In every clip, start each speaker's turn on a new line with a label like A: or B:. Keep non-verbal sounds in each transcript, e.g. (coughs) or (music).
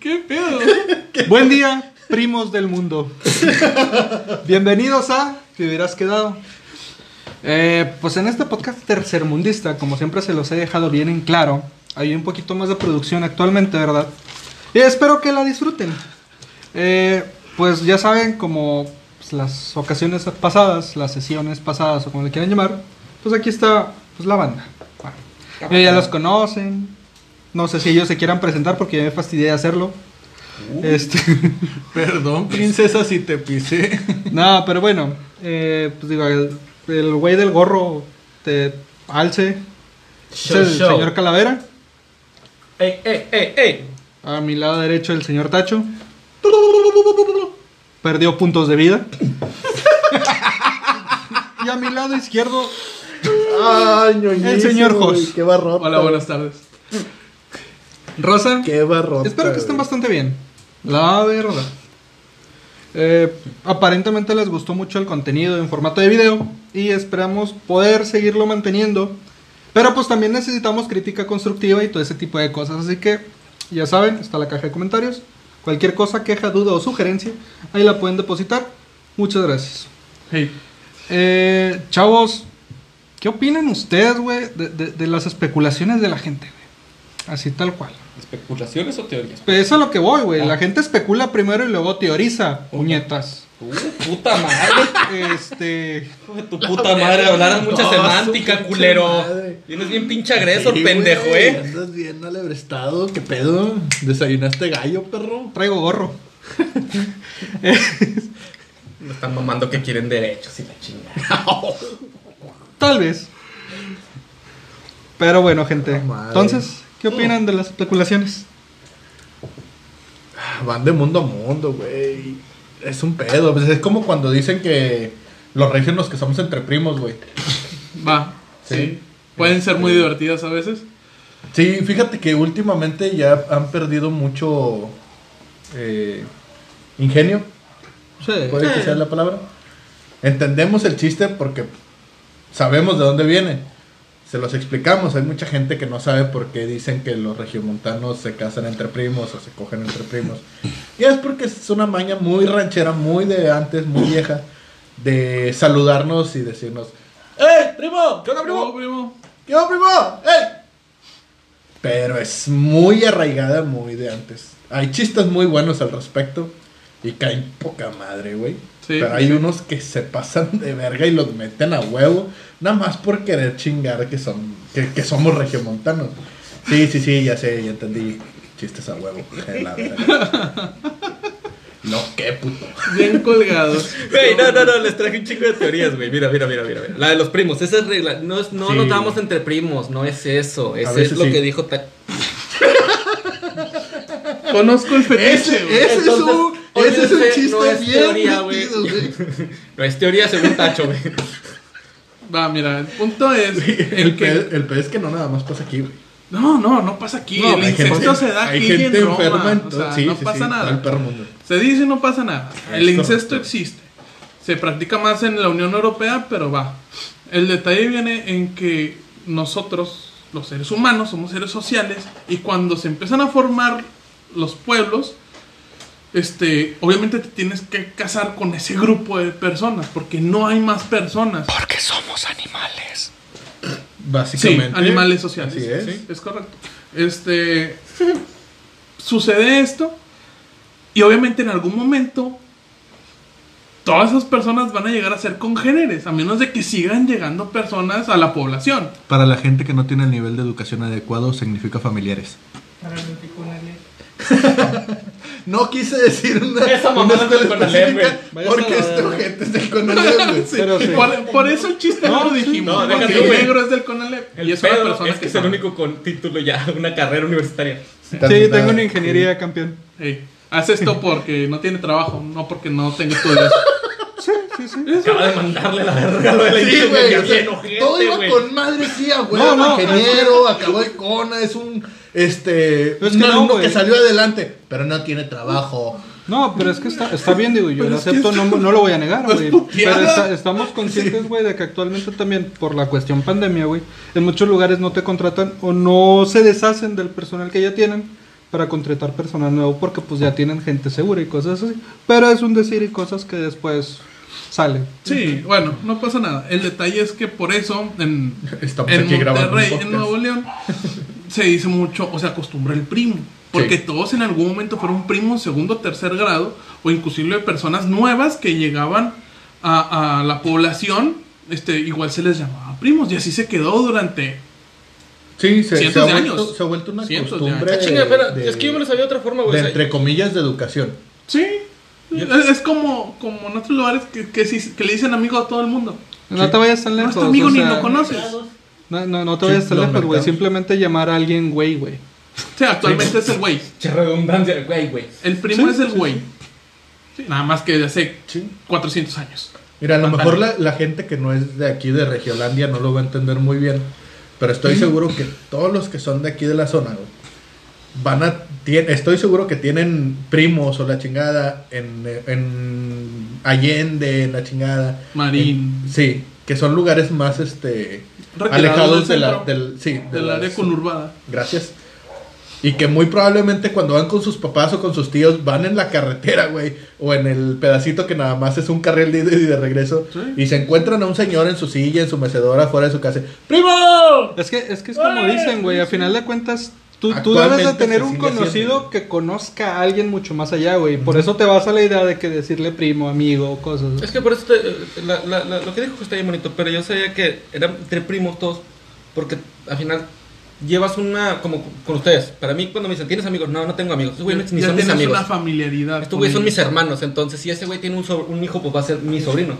A: ¿Qué pedo? Buen día, primos del mundo. Bienvenidos a Te hubieras quedado. Eh, pues en este podcast tercermundista, como siempre se los he dejado bien en claro, hay un poquito más de producción actualmente, ¿verdad? Y espero que la disfruten. Eh, pues ya saben, como pues, las ocasiones pasadas, las sesiones pasadas o como le quieran llamar, pues aquí está pues, la banda. Bueno, ellos ya los conocen. No sé si ellos se quieran presentar porque ya me fastidié de hacerlo. Este,
B: Perdón, (laughs) princesa, si te pisé.
A: no, pero bueno, eh, pues digo, el el güey del gorro te alce. Es
C: Show,
A: el
C: show.
A: señor Calavera.
C: ¡Ey, ey, ey, ey!
A: A mi lado derecho el señor Tacho. Perdió puntos de
B: (laughs)
A: vida. y a mi lado izquierdo,
D: Ay, ñoñísimo,
A: El señor
D: güey,
A: Jos.
D: Qué barrota.
B: Hola, buenas tardes.
A: Rosa.
D: Qué barrota.
A: Espero que estén
D: güey.
A: bastante bien. La verdad. Eh, aparentemente les gustó mucho el contenido en formato de video y esperamos poder seguirlo manteniendo. Pero pues también necesitamos crítica constructiva y todo ese tipo de cosas. Así que ya saben, está la caja de comentarios. Cualquier cosa, queja, duda o sugerencia, ahí la pueden depositar. Muchas gracias.
B: Hey,
A: Eh, chavos, ¿qué opinan ustedes, güey, de, de- de las especulaciones de la gente? güey? Así tal cual.
C: ¿Especulaciones o teorías?
A: Pues eso es lo que voy, güey.
C: Ah.
A: La gente especula primero y luego teoriza. Puñetas.
C: ¡Uh, puta madre!
A: Este.
C: Hijo de tu puta madre! Hablaron mucha
D: No, su
C: semántica,
D: pinche
C: culero.
D: madre.
C: Vienes bien pinche agresor,
D: Sí,
C: pendejo,
D: güey,
C: ¿eh?
D: Andas bien alebrestado, qué pedo. Desayunaste gallo, perro.
A: Traigo gorro.
C: Me están mamando que quieren derechos y la chingada.
A: Tal vez. Pero bueno, gente.
D: Ah, madre.
A: Entonces, ¿qué opinan de las especulaciones?
D: Ah, Van de mundo a mundo, güey. Es un pedo. Pues es como cuando dicen que los regios nos casamos entre primos, güey.
B: va.
D: Sí.
B: Pueden ser muy divertidas a veces.
D: Sí, fíjate que últimamente ya han perdido mucho eh, ingenio.
A: Sí.
D: puede que sea la palabra. Entendemos el chiste porque sabemos de dónde viene. Se los explicamos. Hay mucha gente que no sabe por qué dicen que los regiomontanos se casan entre primos o se cogen entre primos. Y es porque es una maña muy ranchera, muy de antes, muy vieja, de saludarnos y decirnos: ¡Ey, primo! ¿Qué onda,
B: No,
D: primo?
B: primo.
D: ¿Qué onda, primo? ¡Ey! Pero es muy arraigada, muy de antes. Hay chistes muy buenos al respecto y caen poca madre, güey.
B: Sí,
D: Pero hay
B: sí.
D: unos que se pasan de verga y los meten a huevo, nada más por querer chingar que son que, que somos regiomontanos. Sí, sí, sí, ya sé, ya entendí. Chistes a huevo. (laughs) je, la verga. No, qué puto.
B: Bien colgados.
C: Güey, no, no, no, les traje un chingo de teorías, güey. Mira, mira, mira, mira, mira. La de los primos, esa es regla. No, es- no
D: Sí.
C: nos damos entre primos, no es eso. Eso es
D: veces
C: lo
D: sí.
C: que dijo Ta-
B: Conozco el fetiche, güey.
D: Ese es
C: Entonces,
D: un, ese es un
C: olvídense,
D: chiste
C: no es
D: bien
C: teoría, güey.
D: metido, güey.
C: No es teoría según Tacho, güey.
B: Va, mira, el punto es el
D: El, pedo,
B: que...
D: el pedo es que no nada más pasa aquí, güey.
B: No, no, no pasa aquí.
D: No,
B: el
D: hay gente-
B: incesto se da
D: hay
B: aquí y
D: gente
B: en Roma.
D: enferma,
B: o
D: entonces,
B: sea,
D: sí,
B: no
D: sí,
B: pasa
D: sí, todo el
B: nada.
D: perro mundo.
B: Se dice y no pasa nada. El
D: Esto-
B: incesto existe. Se practica más en la Unión Europea, pero va. El detalle viene en que nosotros, los seres humanos, somos seres sociales y cuando se empiezan a formar los pueblos, este, obviamente te tienes que casar con ese grupo de personas porque no hay más personas.
C: Porque somos animales.
B: Sí,
D: Básicamente.
B: animales sociales.
D: Así es.
B: Sí, es correcto. Este. (laughs) sucede esto. Y obviamente en algún momento. Todas esas personas van a llegar a ser congéneres. A menos de que sigan llegando personas a
C: (laughs)
B: la población.
D: Para la gente que no tiene el nivel de educación adecuado, significa familiares. (laughs) No quise decir una,
C: Esa mamada
D: una
C: es del Conalep, güey.
A: Vaya
D: específica porque
A: a la
D: este
A: verga.
D: ojete es del
B: (laughs)
D: Conalep, güey.
B: Sí,
A: pero sí.
B: Por, por eso el chiste no, lo dijimos.
C: no, deja
B: porque
C: tú,
B: el
C: güey.
B: negro es del Conalep.
C: El
B: Y es una
C: pedo
B: persona
C: es que es
B: sabe.
C: el único con título ya, (laughs) una carrera universitaria.
A: Sí, tengo una ingeniería campeón.
B: Ey, haz esto porque no tiene trabajo. No porque no
C: (laughs)
B: tenga estudios.
A: Sí, sí, sí.
C: Acaba de mandarle la verga lo de la
D: Sí, güey.
C: ingeniería,
D: o sea,
C: bien ojete,
D: todo iba
C: güey.
D: con madre, sí, a huevo,
A: No, no,
D: ingeniero, acabó el cona, es un este
A: No, es
D: un
A: que no,
D: alumno
A: güey.
D: que salió adelante, pero no tiene trabajo.
A: No, pero es que está, está bien, digo, yo
B: Pero
A: lo
B: Pues es que
A: acepto, no, no lo voy a negar, güey.
B: puteada.
A: Pero está- estamos conscientes, güey, de que actualmente también, por la cuestión pandemia, güey, en muchos lugares no te contratan o no se deshacen del personal que ya tienen para contratar personal nuevo porque pues ya tienen gente segura y cosas así. Pero es un decir y cosas que después salen.
B: Sí, bueno, no pasa nada. El detalle es que por eso en,
D: Estamos
B: en
D: aquí grabando un
B: Monterrey, en
D: podcast.
B: Nuevo León, se dice mucho, o se acostumbra el primo. Porque
D: Sí.
B: todos en algún momento fueron primos, segundo, tercer grado, o inclusive personas nuevas que llegaban a, a la población, este, igual se les llamaba primos. Y así se quedó durante...
D: Sí, se, se
B: Cientos
D: ha
B: de
D: vuelto,
B: años.
D: se ha vuelto una
B: Cientos de
D: costumbre.
C: Ah, chinga, espera,
D: de-
C: es que yo me lo sabía de otra forma,
D: de
C: güey. o sea,
D: entre comillas de educación.
B: Sí, es, es como, como en otros lugares que, que, sí- que le dicen amigo a todo el mundo.
A: No te vayas tan
B: No
A: lejos.
B: es tu amigo
A: o
B: ni
A: sea,
B: lo conoces.
A: No, no, no te
D: Sí,
A: vayas tan
D: lo
A: lejos, güey.
D: marcamos.
A: Simplemente llamar a alguien, güey, güey.
B: O sea, actualmente es el güey.
C: Che redundancia, güey, güey.
B: El primo
A: Sí,
B: es el
A: sí,
B: güey. Nada más que de hace
D: Sí.
B: 400 años.
D: Mira, a lo
B: Ándale.
D: mejor la, la gente que no es de aquí, de Regiolandia, no lo va a entender muy bien. Pero estoy seguro que todos los que son de aquí de la zona, güey, van a. tien- estoy seguro que tienen primos o la chingada en, en Allende, en la chingada.
B: Marín.
D: en- sí, que son lugares más este
B: Retirados
D: alejados
B: del
D: de la,
B: centro.
D: del, sí, de
B: Del
D: las-
B: área conurbada.
D: Gracias. Y que muy probablemente cuando van con sus papás o con sus tíos van en la carretera, güey, o en el pedacito que nada más es un carril de ida y de regreso,
B: Sí.
D: y se encuentran a un señor en su silla, en su mecedora, fuera de su casa. ¡Primo!
A: Es que es, que es como
D: Órale.
A: dicen, güey, a final de cuentas, tú, tú
D: Actualmente
A: debes de tener
D: se
A: un
D: sigue haciendo,
A: conocido
D: güey.
A: que conozca a alguien mucho más allá, güey. Por eso te vas a la idea de que decirle primo, amigo, cosas.
C: Es que por eso te- la- la- la- lo que dijo está bien bonito, pero yo sabía que eran entre primos todos, porque al final llevas una, como con ustedes. Para mí, cuando me dicen, ¿tienes amigos? No, no tengo amigos. Estos güeyes ni
B: ya
C: son mis
B: tienes
C: amigos.
B: una familiaridad.
C: Estos güeyes
B: con
C: son mis
B: ellos.
C: hermanos, entonces si ese güey tiene un, sobr- un hijo, pues va a ser mi sobrino.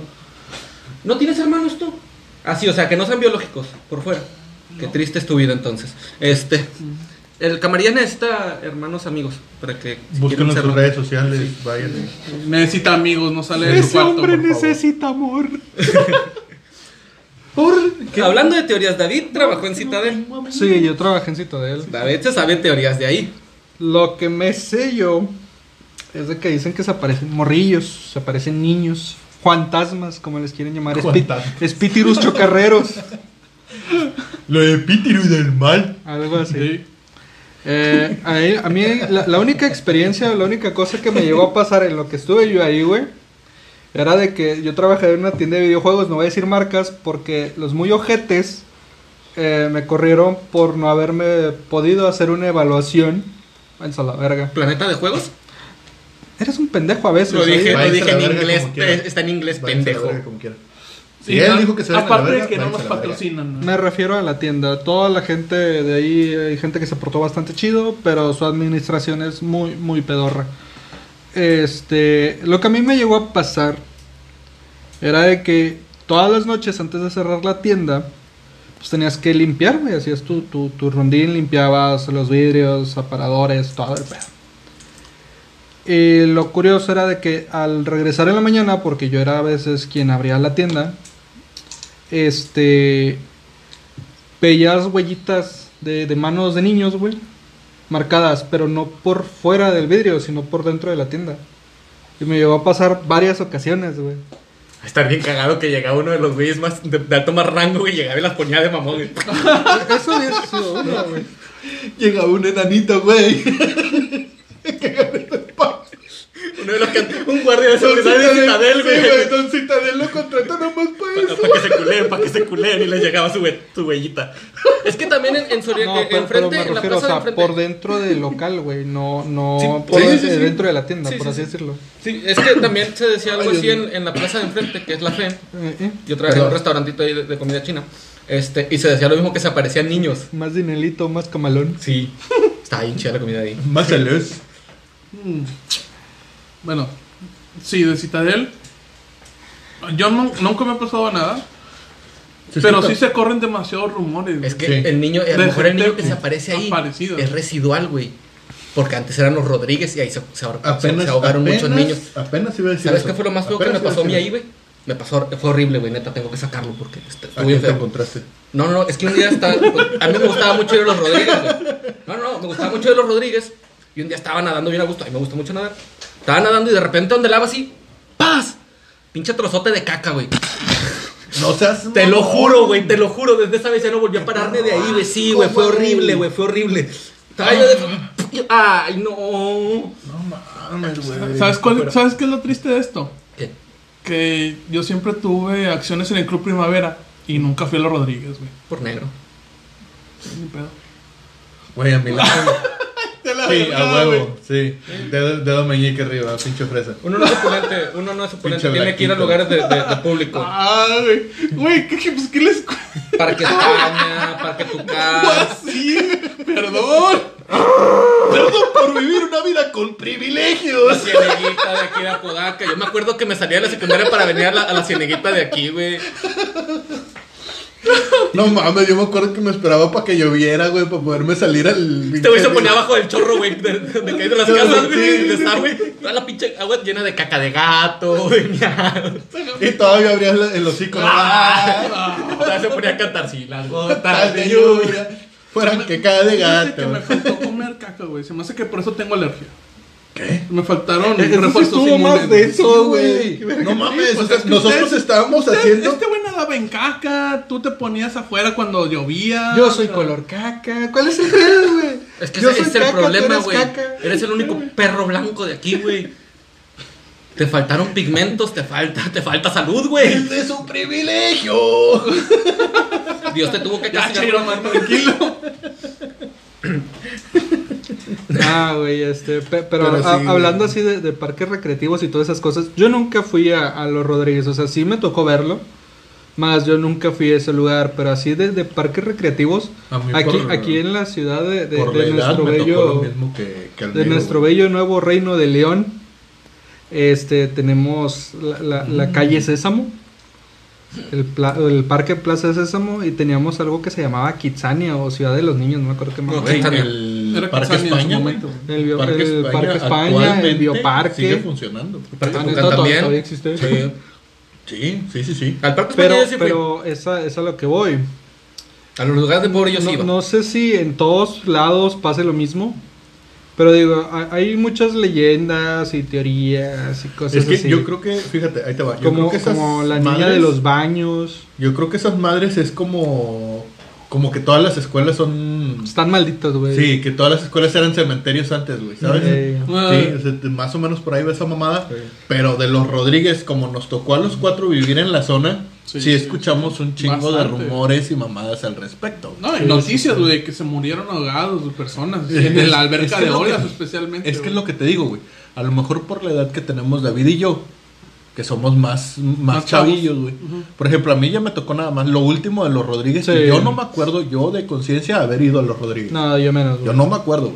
C: ¿No tienes hermanos tú? Así, o sea, que no sean biológicos, por fuera. Qué triste es tu vida entonces. Este, el camarilla necesita hermanos amigos para que... si
D: Busquen
C: quieren
D: en
C: ser-
D: sus redes sociales, vayan.
B: Necesita amigos, no sale de su cuarto. por favor.
A: amor. Por-
C: Que Hablando de teorías, David trabajó en Citadel.
A: Sí, yo trabajé en Citadel.
C: David se sabe teorías de ahí.
A: Lo que me sé yo es de que dicen que se aparecen morrillos, se aparecen niños, fantasmas, como les quieren llamar, espi-
D: Fantasmas.
A: espíritus chocarreros,
D: Lo de Pítiru del mal.
A: algo así.
B: Sí.
A: Eh, ahí- a mí la, la única experiencia, la única cosa que me llegó a pasar en lo que estuve yo ahí, güey, era de que yo trabajé en una tienda de videojuegos, no voy a decir marcas, porque los muy ojetes eh, me corrieron por no haberme podido hacer una evaluación. Váyanse a la verga.
C: ¿Planeta de juegos?
A: Eres un pendejo a veces.
C: Lo dije,
A: ¿eh?
C: lo
D: Váyanse
C: dije
D: a la
C: en
D: verga
C: inglés,
D: como quiera.
C: eh, está en inglés,
D: Vayan a la
C: pendejo.
D: verga como quieran.
B: Sí,
D: Si él
B: no-
D: dijo que se vayan a la
B: Aparte
D: verga,
B: de que no
D: váyanse
B: nos
D: a la verga.
B: patrocinan.
A: Me
B: ¿no?
A: refiero a la tienda. Toda la gente de ahí, hay gente que se portó bastante chido, pero su administración es muy, muy pedorra. Este, lo que a mí me llegó a pasar era de que todas las noches antes de cerrar la tienda, pues tenías que limpiar, güey. Hacías tu, tu, tu rondín, limpiabas los vidrios, aparadores, todo el pedo. Y lo curioso era de que al regresar en la mañana, porque yo era a veces quien abría la tienda, este veías huellitas de, de manos de niños, güey, marcadas, pero no por fuera del vidrio, sino por dentro de la tienda. Y me llegó a pasar varias ocasiones, güey.
C: Estar bien cagado que llegaba uno de los güeyes más de, de alto más rango y llegaba y las ponía de mamón. güey.
A: (laughs) Eso hubiera sido uno, güey.
D: Llega un
C: (laughs)
D: enanito, güey.
C: Uno de los que un guardia de seguridad de Citadel, güey.
D: Sí, güey, Don Citadel lo contrató nomás para eso.
C: Para que se culeen, para que se culeen y les llegaba su, hue- su huellita. Es que también en, en Soria,
A: No,
C: que
A: pero, pero
C: enfrente,
A: me
C: en la
A: refiero, o
C: plaza de
A: sea,
C: enfrente.
A: por dentro del local, güey, no, no
C: Sí,
A: por
C: sí, sí,
A: de-
C: sí, sí.
A: dentro de la tienda,
C: Sí,
A: por
C: sí,
A: así
C: sí.
A: decirlo.
C: Sí, es que también se decía algo
D: Ay,
C: así
D: Dios
C: en, en la plaza de enfrente, que es la fe.
A: Eh, eh,
C: Yo trabajé en un
D: Perdón.
C: restaurantito ahí de, de comida china. Este, y se decía lo mismo que se aparecían niños.
A: Más dinelito, más camalón.
C: (laughs) Sí. Está bien chida la comida ahí.
D: Más salud.
B: Mm. Bueno, sí, de Citadel. Yo no, nunca me ha pasado nada. pero sí se corren demasiados rumores.
C: Es que
D: Sí.
C: el niño, a
B: De
C: lo mejor el niño
B: gente
C: que se aparece ahí
B: aparecido.
C: es residual, güey. Porque antes eran los Rodríguez y ahí se, se ahor- se-
D: apenas,
C: se ahogaron muchos
D: apenas-
C: niños.
D: Apenas iba a decir
C: ¿Sabes
D: eso.
C: qué fue lo más feo que
D: Apenas
C: me
D: iba
C: pasó a mí
D: decir
C: ahí, güey? Me pasó, fue horrible, güey, neta, tengo que sacarlo porque est-
D: ¿A
C: estuvo
D: quién
C: bien
D: te
C: feo.
D: encontraste?
C: No, no, es que un día estaba, a mí me gustaba mucho ir a los Rodríguez, güey. No, no, me gustaba mucho ir a los Rodríguez y un día estaba nadando bien a gusto, a mí me gusta mucho nadar. Estaba nadando y de repente donde lava así, ¡paz! Pinche trozote de caca, güey.
D: No seas.
C: Te lo
D: mamón.
C: juro, güey, te lo juro. Desde esa vez ya no volví a pararme de ahí, güey. Sí, güey, fue horrible, güey, fue horrible. Estaba yo de- Ay, no.
D: No mames, güey.
B: ¿Sabes, cuál- ¿Sabes qué es lo triste de esto?
C: ¿Qué?
B: Que yo siempre tuve acciones en el Club Primavera y nunca fui a los Rodríguez, güey.
C: Por negro.
B: Ni pedo.
D: Güey, a mi (laughs) lado. Sí, a
B: verga,
D: huevo. Sí. Dedo, dedo meñique arriba, pinche fresa.
C: Uno no es oponente, uno no es oponente.
D: Pinche
C: Tiene que ir a lugares
D: blanquito.
C: de, de- de público.
B: Ah, güey. Güey, ¿qué, qué- pues, ¿qué les
A: Ah,
B: cu-
C: Parque España, Parque
D: (laughs)
C: Tucán.
B: así? Perdón.
D: Perdón por vivir una vida con privilegios.
C: Cieneguita de aquí de Apodaca. Yo me acuerdo que me salía de la secundaria para venir a la, a la cieneguita de aquí, güey.
D: No mames, yo me acuerdo que me esperaba para que lloviera, güey, para poderme salir al.
C: Este güey se ponía abajo del chorro, güey, de, de, de que hay de las
D: Sí,
C: casas, güey,
D: sí,
C: de
D: sí,
C: estar, güey. Toda la pinche agua llena de caca de gato, güey. miau.
D: Y todavía abrías la- el hocico. Ah,
C: Todavía se ponía a cantar, sí, las
D: tal
C: gotas
D: de
C: de lluvia.
D: lluvia. Fueran Ah, que cae de
B: Fíjate que
D: gato.
B: me faltó comer caca, güey. Se me hace que por eso tengo alergia.
D: ¿Qué?
B: Me faltaron
A: Eso sí
B: repuestos
A: estuvo más
B: inmunes.
A: denso.
D: Sí,
A: güey.
D: No mames,
B: pues
D: o sea,
B: es que
D: nosotros
B: ustedes-
D: estábamos
B: Usted-
D: haciendo.
B: Este güey nadaba en caca. Tú te ponías afuera cuando llovía.
A: Yo
B: o
A: soy
B: sea,
A: color caca. ¿Cuál es el pedo, güey?
C: Es que
A: Yo
C: ese
A: soy
C: es el
A: caca, tú
C: problema,
A: eres
C: güey.
A: caca.
C: Eres
A: (laughs)
C: el único perro blanco de aquí, güey. Te faltaron pigmentos, te falta, te falta salud, güey.
D: Este es un privilegio.
C: Dios te tuvo que
B: Ya,
C: castigar.
B: Chairo, man, tranquilo.
A: Ah, güey, este. pe- pero
D: Pero
A: a-
D: sí,
A: hablando
D: güey.
A: así de, de parques recreativos y todas esas cosas, yo nunca fui a, a los Rodríguez. O sea, sí me tocó verlo. Más yo nunca fui a ese lugar. Pero así de, de parques recreativos,
D: A mí
A: aquí,
D: por-
A: aquí en la ciudad de, de-
D: Por
A: de
D: la edad
A: nuestro
D: me
A: bello.
D: tocó lo mismo que, que al
A: de
D: mío,
A: nuestro
D: güey.
A: bello nuevo reino de León, este, tenemos la, la- la
D: Mm.
A: calle Sésamo, el, pla- el parque Plaza Sésamo, y teníamos algo que se llamaba Kitsania o Ciudad de los Niños, no me acuerdo qué más.
C: Ok.
D: Güey,
C: Tanzania.
D: el
B: Era
D: Parque
B: Tanzania en su
D: España. güey.
B: momento, güey.
A: El, bio-
D: Parque
A: el
D: España
A: Parque España,
D: actualmente
A: el Bioparque.
D: Sigue funcionando.
C: Parque
A: Ah,
C: Tucán
A: neta, todavía-
C: también.
A: todavía existe.
C: Sí.
D: Sí, sí, sí, sí.
C: Al parque
A: Pero,
C: España yo sí fui.
A: pero esa es a lo que voy.
C: A los lugares de pobre yo sí
A: No,
C: iba.
A: no sé si en todos lados pase lo mismo. Pero digo, ha- hay muchas leyendas y teorías y cosas
D: Es que
A: así.
D: yo creo que, fíjate, ahí te va. Yo
A: como,
D: creo que esas
A: como la niña
D: madres-
A: de los baños.
D: Yo creo que esas madres es como. Como que todas las escuelas son.
A: Están malditos, güey.
D: Sí, que todas las escuelas eran cementerios antes, güey, ¿sabes?
A: Eh,
B: Ah.
D: Sí, o sea, te- más o menos por ahí va esa mamada. Pero de los Rodríguez, como nos tocó a los cuatro vivir en la zona, sí,
B: Sí, sí.
D: escuchamos un chingo
B: Bastante.
D: de rumores y mamadas al respecto.
B: No, y noticias, güey, de que se murieron ahogados de
D: (laughs)
B: personas.
D: Es-
B: En la
D: es
B: alberca
D: que
B: de
D: lo que-
B: olas, especialmente.
D: Es que es
B: güey.
D: lo que te digo, güey. A lo mejor por la edad que tenemos David y yo, que somos más, más,
B: Más chavos.
D: chavillos, güey. Por ejemplo, a mí ya me tocó nada más lo último de los Rodríguez.
A: Sí.
D: y yo no me acuerdo yo de conciencia haber ido a los Rodríguez.
A: No, yo menos. güey.
D: Yo no me acuerdo,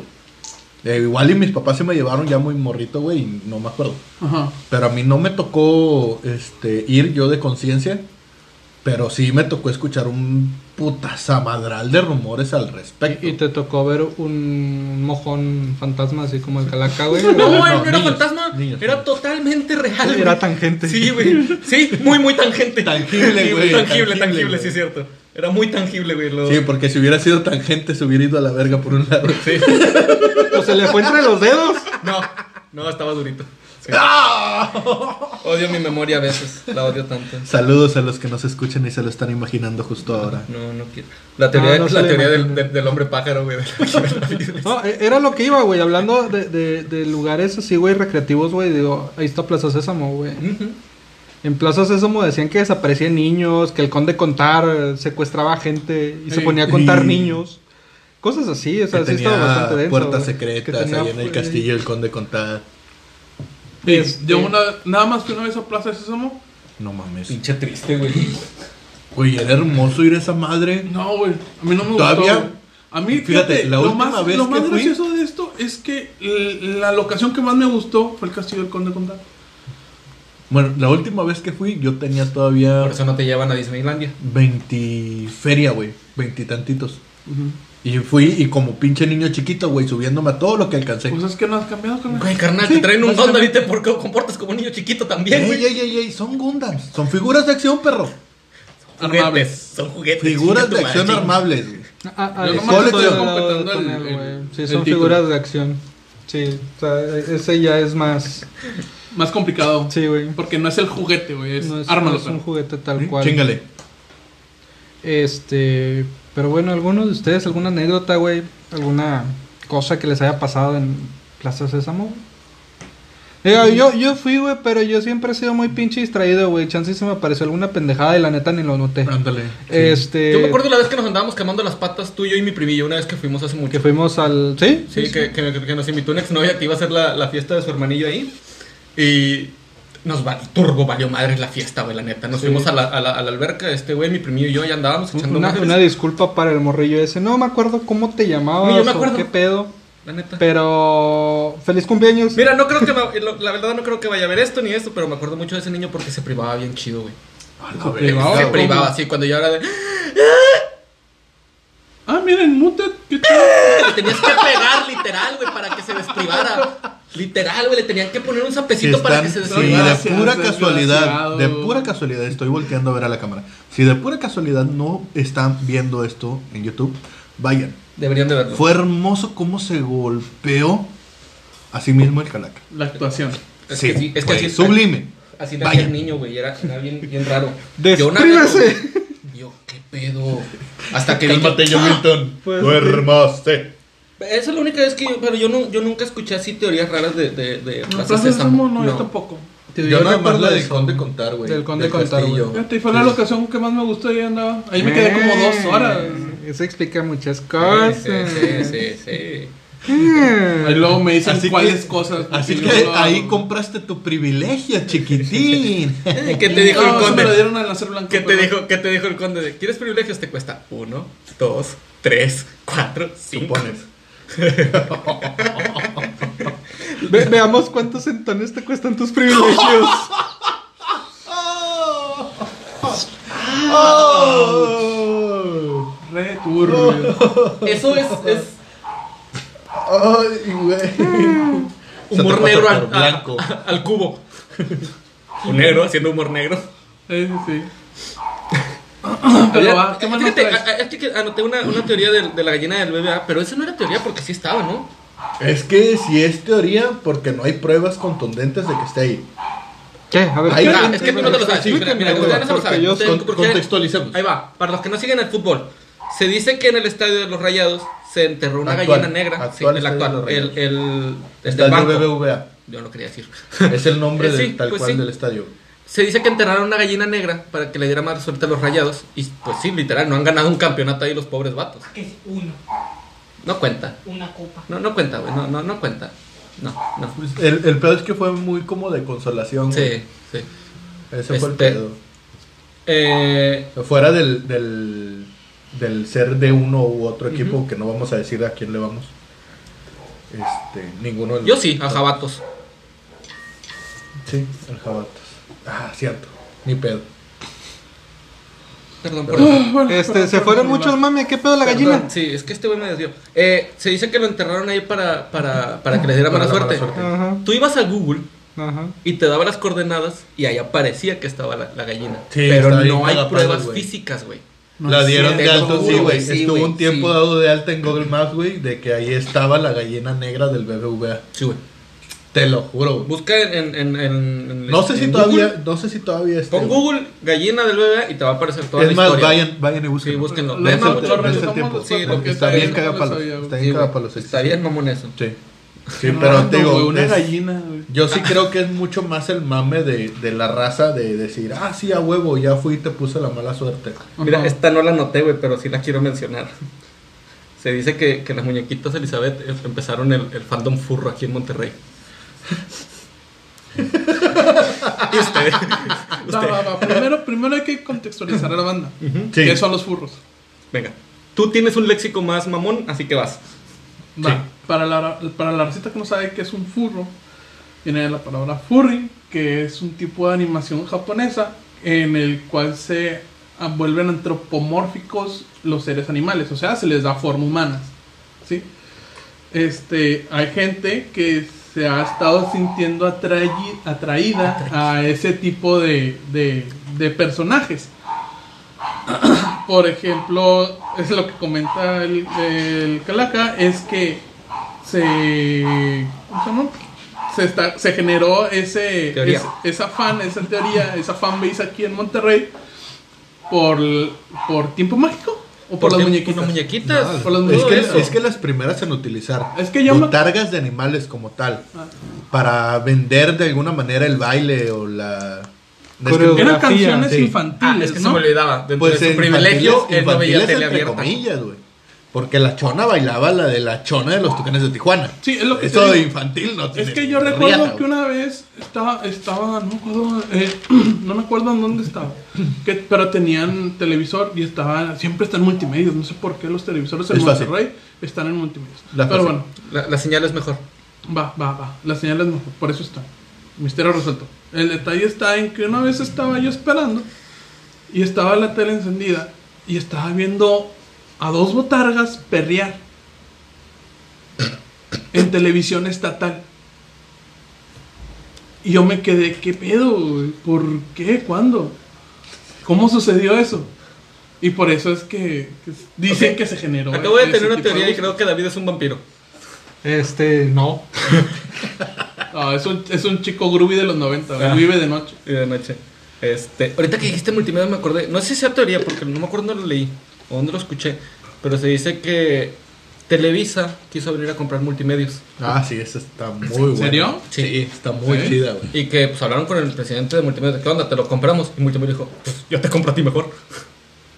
D: güey. Eh, igual y mis papás se me llevaron ya muy morrito, güey, y no me acuerdo.
B: Ajá.
D: Pero a mí no me tocó este, ir yo de conciencia. Pero sí me tocó escuchar un putazamadral de rumores al respecto.
A: Y te tocó ver un mojón fantasma así como el Calaca, güey. O-
C: (laughs) No, güey,
D: no,
C: no, era
D: niños,
C: fantasma.
D: niños,
C: era
D: niños.
C: totalmente real. güey.
A: Era tangente.
C: Sí, güey. Sí, muy, muy tangente.
D: Tangible,
C: Sí,
D: güey,
C: Tangible,
D: tangible,
C: tangible,
D: güey.
C: sí, es cierto. Era muy tangible, güey. lo-
D: Sí, porque si hubiera sido tangente se hubiera ido a la verga por un lado.
C: Sí.
A: O se le fue entre los dedos.
C: No, no, estaba durito. Sí.
D: (laughs) ¡Ah!
C: Odio mi memoria a veces. La odio tanto.
D: Saludos a los que nos escuchan y se lo están imaginando justo ahora.
C: No, no quiero. La
A: No,
C: teoría,
A: no se
C: la
A: le
C: teoría del,
A: imagina.
C: del- del (laughs) hombre pájaro, güey.
A: No, e- era lo que iba, güey. Hablando de, de- de lugares así, güey, recreativos, güey. Digo, ahí está Plaza Sésamo, güey. En Plaza Sésamo decían que desaparecían niños, que el conde contar eh, secuestraba gente y se
B: Sí.
A: ponía a contar
D: Y-
A: niños. Cosas así, o sea,
D: que
A: sí estaba
D: tenía
A: bastante denso.
D: puertas
A: güey.
D: secretas
A: Que tenía,
D: ahí en el
A: güey,
D: castillo del conde contada.
B: Sí,
A: Este-
B: Yo una, nada más que una vez a Plaza de Sésamo.
D: No mames.
C: Pinche triste, güey.
D: Güey, era hermoso ir a esa madre.
B: No, güey. A mí no me
D: Todavía-
B: gustó. güey. A mí,
D: Fíjate,
B: fíjate,
D: la
B: lo
D: última
B: más,
D: vez
B: lo
D: que
B: más
D: fui-
B: gracioso de esto es que l- la locación que más me gustó fue el Castillo del Conde Condal.
D: Bueno, la última vez que fui yo tenía todavía
C: Por eso no te llevan a Disneylandia.
D: 20 feria, güey. 20 tantitos. Y fui y como pinche niño chiquito, güey, subiéndome a todo lo que alcancé.
B: Pues es que no has cambiado, carnal.
C: Güey, carnal, te traen un Honda y te por qué comportas como un niño chiquito también,
D: ey,
C: güey. Eh,
D: ey, ey, ey, son Gundams. Son figuras de acción, perro.
C: Juguetes, son juguetes.
D: Figuras
C: chinga
D: de
C: tu
D: acción
C: madre,
D: armables, güey.
A: Ah, ah,
B: Yo
A: ah,
B: nomás
A: estoy
D: estoy
A: de lado
B: completando
A: con
B: el-
A: él, güey.
B: el-
A: Sí,
B: el
A: son
B: título.
A: figuras de acción. Sí, o sea, e-, ese ya es más.
B: Más complicado.
A: Sí, güey.
B: Porque no es el juguete, güey. Es,
A: No es,
B: ármalo.
A: no es un
B: pero- ¿Mm?
A: juguete tal cual.
E: Chingale.
A: Este, pero bueno, ¿alguno de ustedes alguna anécdota, güey? ¿Alguna cosa que les haya pasado en Plaza Sésamo? güey? Digo, yo, yo fui, güey, pero yo siempre he sido muy pinche distraído, güey. Chance se me apareció alguna pendejada y la neta ni lo noté.
E: Ándale.
A: Este,
C: Yo me acuerdo la vez que nos andábamos quemando las patas tú, yo y mi primillo, una vez que fuimos hace
A: que
C: mucho.
A: fuimos al... ¿Sí?
C: Sí, que, que- que nos invitó una exnovia que iba a hacer la, la fiesta de su hermanillo ahí. Y nos va, turbo valió madre la fiesta, güey, la neta. Nos
A: Sí. pues,
C: fuimos a la, a la- a la alberca, este güey, mi primillo y yo, y andábamos echando
A: Una,
C: madres.
A: una disculpa para el morrillo ese. No me acuerdo cómo te llamabas
C: Ni yo me
A: o
C: acuerdo.
A: qué pedo.
C: La neta.
A: Pero... ¡Feliz cumpleaños!
C: Mira, no creo que va- lo- la verdad no creo que vaya a ver esto ni esto, pero me acuerdo mucho de ese niño porque se privaba bien chido, güey.
B: Ah, privaba,
C: se
B: güey.
C: privaba así cuando yo era de
B: Ah, miren, Muted. ¿Qué tal?
C: Le tenías que pegar literal, güey, para que se desprivara. Literal, güey, le tenían que poner un
E: Si
C: sapecito para
E: están,
C: que se
E: si
B: desvíe.
E: de
C: desprivara.
B: Gracias,
E: pura
B: desgraciado.
E: casualidad, de pura casualidad, estoy volteando a ver a la cámara. Si de pura casualidad no están viendo esto en YouTube, vayan.
C: Deberían de verlo.
E: Fue hermoso cómo se golpeó a sí mismo el calaca.
B: La actuación.
C: Es
E: sí,
C: que sí, es que
E: fue
C: así-
E: sublime.
C: Así nacía
E: Vaya.
C: el niño, güey, era, era bien, bien raro.
A: ¡Desprívase!
C: Yo, qué pedo.
E: (laughs)
C: Hasta que
D: Cálmate,
C: dije, "Ah".
D: yo, Milton.
A: Pues,
D: Duermaste.
C: Esa es la única vez que yo, pero yo, no, yo nunca escuché así teorías raras de, de, de
B: No,
C: Plaza
B: Plaza
C: Sésamo.
B: Sésamo no, yo
C: No.
B: tampoco.
D: Yo
A: me
D: nada más
A: acuerdo
D: la
A: de
D: del
A: eso.
D: Conde Contar, güey.
A: Del Conde Contar, güey.
D: castillo.
B: Fíjate, y fue la locación que más me gustó y andaba. Ahí me quedé como dos horas.
A: Eh, Eso explica muchas
C: Sí,
A: cosas.
C: sí, sí, sí.
A: Hmm.
B: Ahí luego me dicen
E: Así que-
B: cuáles cosas.
E: Así
B: y
E: que
B: luego-
E: ahí compraste tu privilegio, chiquitín.
C: (laughs) sí. ¿Qué te dijo
B: No,
C: el
B: "Ah, eso me lo
C: conde?
B: dieron al hacer blanco.
C: ¿Qué te
B: pero-
C: dijo, qué te dijo el conde? de, ¿Quieres privilegios? Te cuesta uno, dos, tres, cuatro, cinco.
E: Supones.
A: Ve- veamos cuántos centones te cuestan tus privilegios.
D: Oh.
B: Re turbio.
C: Eso es, es
D: Ay, güey.
C: humor
E: pasa
C: negro
E: por
C: al,
E: blanco.
C: a- a- al cubo. Un negro haciendo humor negro.
B: Sí, sí, sí. (coughs) Pero va, ¿qué más nos
C: Fíjate,
B: traes?
C: a- a- es que anoté una, una teoría de, de la gallina del BBA, pero esa no era teoría porque sí estaba, ¿no?
D: Es que si es teoría, porque no hay pruebas contundentes de que esté ahí.
A: ¿Qué? A ver,
D: Ahí
A: ¿qué?
D: va,
C: es que tú no te lo sabes. Mira, mira, ustedes no se lo
A: porque
C: saben.
A: yo
C: Ustedes-
D: Con-
C: porque-
D: contextualicemos.
C: Ahí va, para los que no siguen el fútbol. Se dice que en el estadio de los Rayados se enterró una
D: Actual,
C: gallina negra. Sí,
D: actual
C: el
D: estadio de
C: actual.
D: los
C: El,
D: Rayados.
C: el, este, el
D: Estadio
C: banco.
D: BBVA.
C: Yo no quería decir. (laughs)
D: Es el nombre
C: Sí,
D: del, tal
C: pues
D: cual
C: sí.
D: del estadio.
C: Se dice que enterraron una gallina negra para que le diera más suerte a los rayados. Y pues sí, literal, no han ganado un campeonato ahí los pobres vatos.
F: que es uno,
C: No cuenta.
F: una copa.
C: No, no cuenta, güey. No, no, no cuenta. No, no.
D: Pues el, el pedo es que fue muy como de consolación. güey.
C: Sí, sí.
D: Ese fue el
C: Este-
D: pedo.
C: Eh,
D: Fuera del, del, del ser de uno u otro equipo, que no vamos a decir a quién le vamos. Este, ninguno de los-
C: yo sí, a jabatos.
D: Sí, el Jabatos. Ah, cierto. Ni pedo.
C: Perdón, perdón.
A: Este, se fueron muchos mami, ¿qué pedo la
C: Perdón,
A: gallina?
C: Sí, es que este güey me desvió. Eh, se dice que lo enterraron ahí para, para, para que le diera
D: Para
C: mala
D: la mala
C: suerte.
D: suerte.
A: Ajá,
C: Tú ibas a Google
A: ajá.
C: y te daba las coordenadas y ahí aparecía que estaba la, la gallina.
D: Sí,
C: Pero
D: está bien
C: no hay
D: cagapalo,
C: pruebas
D: güey.
C: físicas, güey.
B: No
D: la
B: es
D: dieron de
C: cierto,
D: alto,
C: güey.
D: sí, güey.
C: Sí,
D: Estuvo
C: güey,
D: un tiempo
C: sí.
D: dado de alta en Google Maps, güey, de que ahí estaba la gallina negra del BBVA.
C: Sí, güey.
D: Te lo juro, güey.
C: Busca en. en, en- en-
D: No sé si
C: en
D: todavía,
C: Google.
D: no sé si todavía está.
C: Pon Google gallina del bebé y te va a aparecer toda
D: Es
C: la
D: más,
C: historia.
D: vayan, vayan y busquen.
C: Sí, búsquenlo.
B: Lo
C: Dense
B: demás
C: el-
D: dense
B: lo
D: el
B: revisamos
D: tiempo.
B: después,
C: Sí,
B: porque
C: porque
D: está
B: esa
D: bien
B: yo no
D: cagapalos,
B: lo sabía, güey.
D: está
C: Sí,
D: bien
C: güey.
D: cagapalos.
C: Está bien, mamón, eso.
D: Sí. Sí, pero te
B: güey,
D: digo,
B: una
D: es-
B: gallina, güey.
D: yo sí creo que es mucho más el mame de, de la raza de decir, ah, sí, a huevo, ya fui y te puse la mala suerte.
C: Mira,
B: Ajá.
C: esta no la anoté, güey, pero sí la quiero mencionar. Se dice que, que las muñequitas Elizabeth eh, empezaron el, el fandom furro aquí en Monterrey.
D: (laughs)
C: y ustedes.
B: Va,
C: usted-
B: va, va. Primero, primero hay que contextualizar a la banda.
D: este- Sí.
B: ¿Qué son los furros?
C: Venga. Tú tienes un léxico más mamón, así que vas.
B: Va, Para, la, para la receta que no sabe qué es un furro, viene de la palabra furry, que es un tipo de animación japonesa en el cual se ah, vuelven antropomórficos los seres animales, o sea, se les da forma humana. ¿sí? Este, hay gente que se ha estado sintiendo atrayi- atraída a ese tipo de, de- de personajes. (clears throat) Por ejemplo, es lo que comenta el, el Calaca, es que se. ¿Cómo se llama? Se, está- se generó ese,
C: Teoría.
B: es- esa fan, esa teoría, esa fanbase aquí en Monterrey por, por tiempo mágico o por, las
C: tiempo- Por
B: muñequitas.
C: las muñequitas.
B: Por las
C: todo
D: Es que,
B: eso.
D: es que las primeras en utilizar
B: Es que yo me-
D: botargas de animales como tal
B: Ah.
D: para vender de alguna manera el baile o la
A: Coreo-
B: Eran canciones
D: Sí.
B: infantiles.
C: Ah, es que
B: ¿no?
C: se me olvidaba. Dentro de
D: Pues
C: su
D: en
C: privilegio,
D: infantiles-
C: él no veía
D: infantiles,
C: tele
D: entre
C: abierta.
D: comillas, güey. Porque la chona bailaba la de la chona de los tucanes de Tijuana.
B: Sí, es lo que
D: Eso
B: te
D: de
B: digo.
D: infantil no tiene
B: Es que yo
D: riata,
B: recuerdo
D: güey.
B: que una vez estaba, estaba no, me acuerdo, eh, (clears throat) no me acuerdo en dónde estaba, que, pero tenían televisor y estaba, siempre están multimedia, no sé por qué los televisores en
D: Es fácil.
B: Monterrey están en multimedia.
D: La
B: pero
D: fácil.
B: bueno,
C: La, la señal es mejor.
B: va, va, va, la señal es mejor, por eso está. Misterio resuelto. El detalle está en que una vez estaba yo esperando y estaba la tele encendida y estaba viendo a dos botargas perrear en televisión estatal. Y yo me quedé, ¿qué pedo? güey? ¿Por qué? ¿Cuándo? ¿Cómo sucedió eso? Y por eso es que, que s- dicen
C: Ok.
B: que se generó.
C: Acabo de
B: ese
C: tener una
B: tipo de
C: teoría y
B: gusto.
C: creo que David es un vampiro.
A: Este, no.
B: Ah, es, un, es un chico groovy de los 90, güey,
C: Ah.
B: vive de noche.
C: Y de noche. Este, ahorita que dijiste multimedia me acordé, no sé si sea teoría porque no me acuerdo dónde lo leí o dónde lo escuché, pero se dice que Televisa quiso venir a comprar multimedios
D: Ah, sí, esa está muy buena.
B: serio?
D: Sí,
C: Sí.
D: está muy
B: Sí.
D: chida, güey.
C: y que pues hablaron con el presidente de multimedios, ¿qué onda? Te lo compramos y multimedia dijo, "Pues, yo te compro a ti mejor.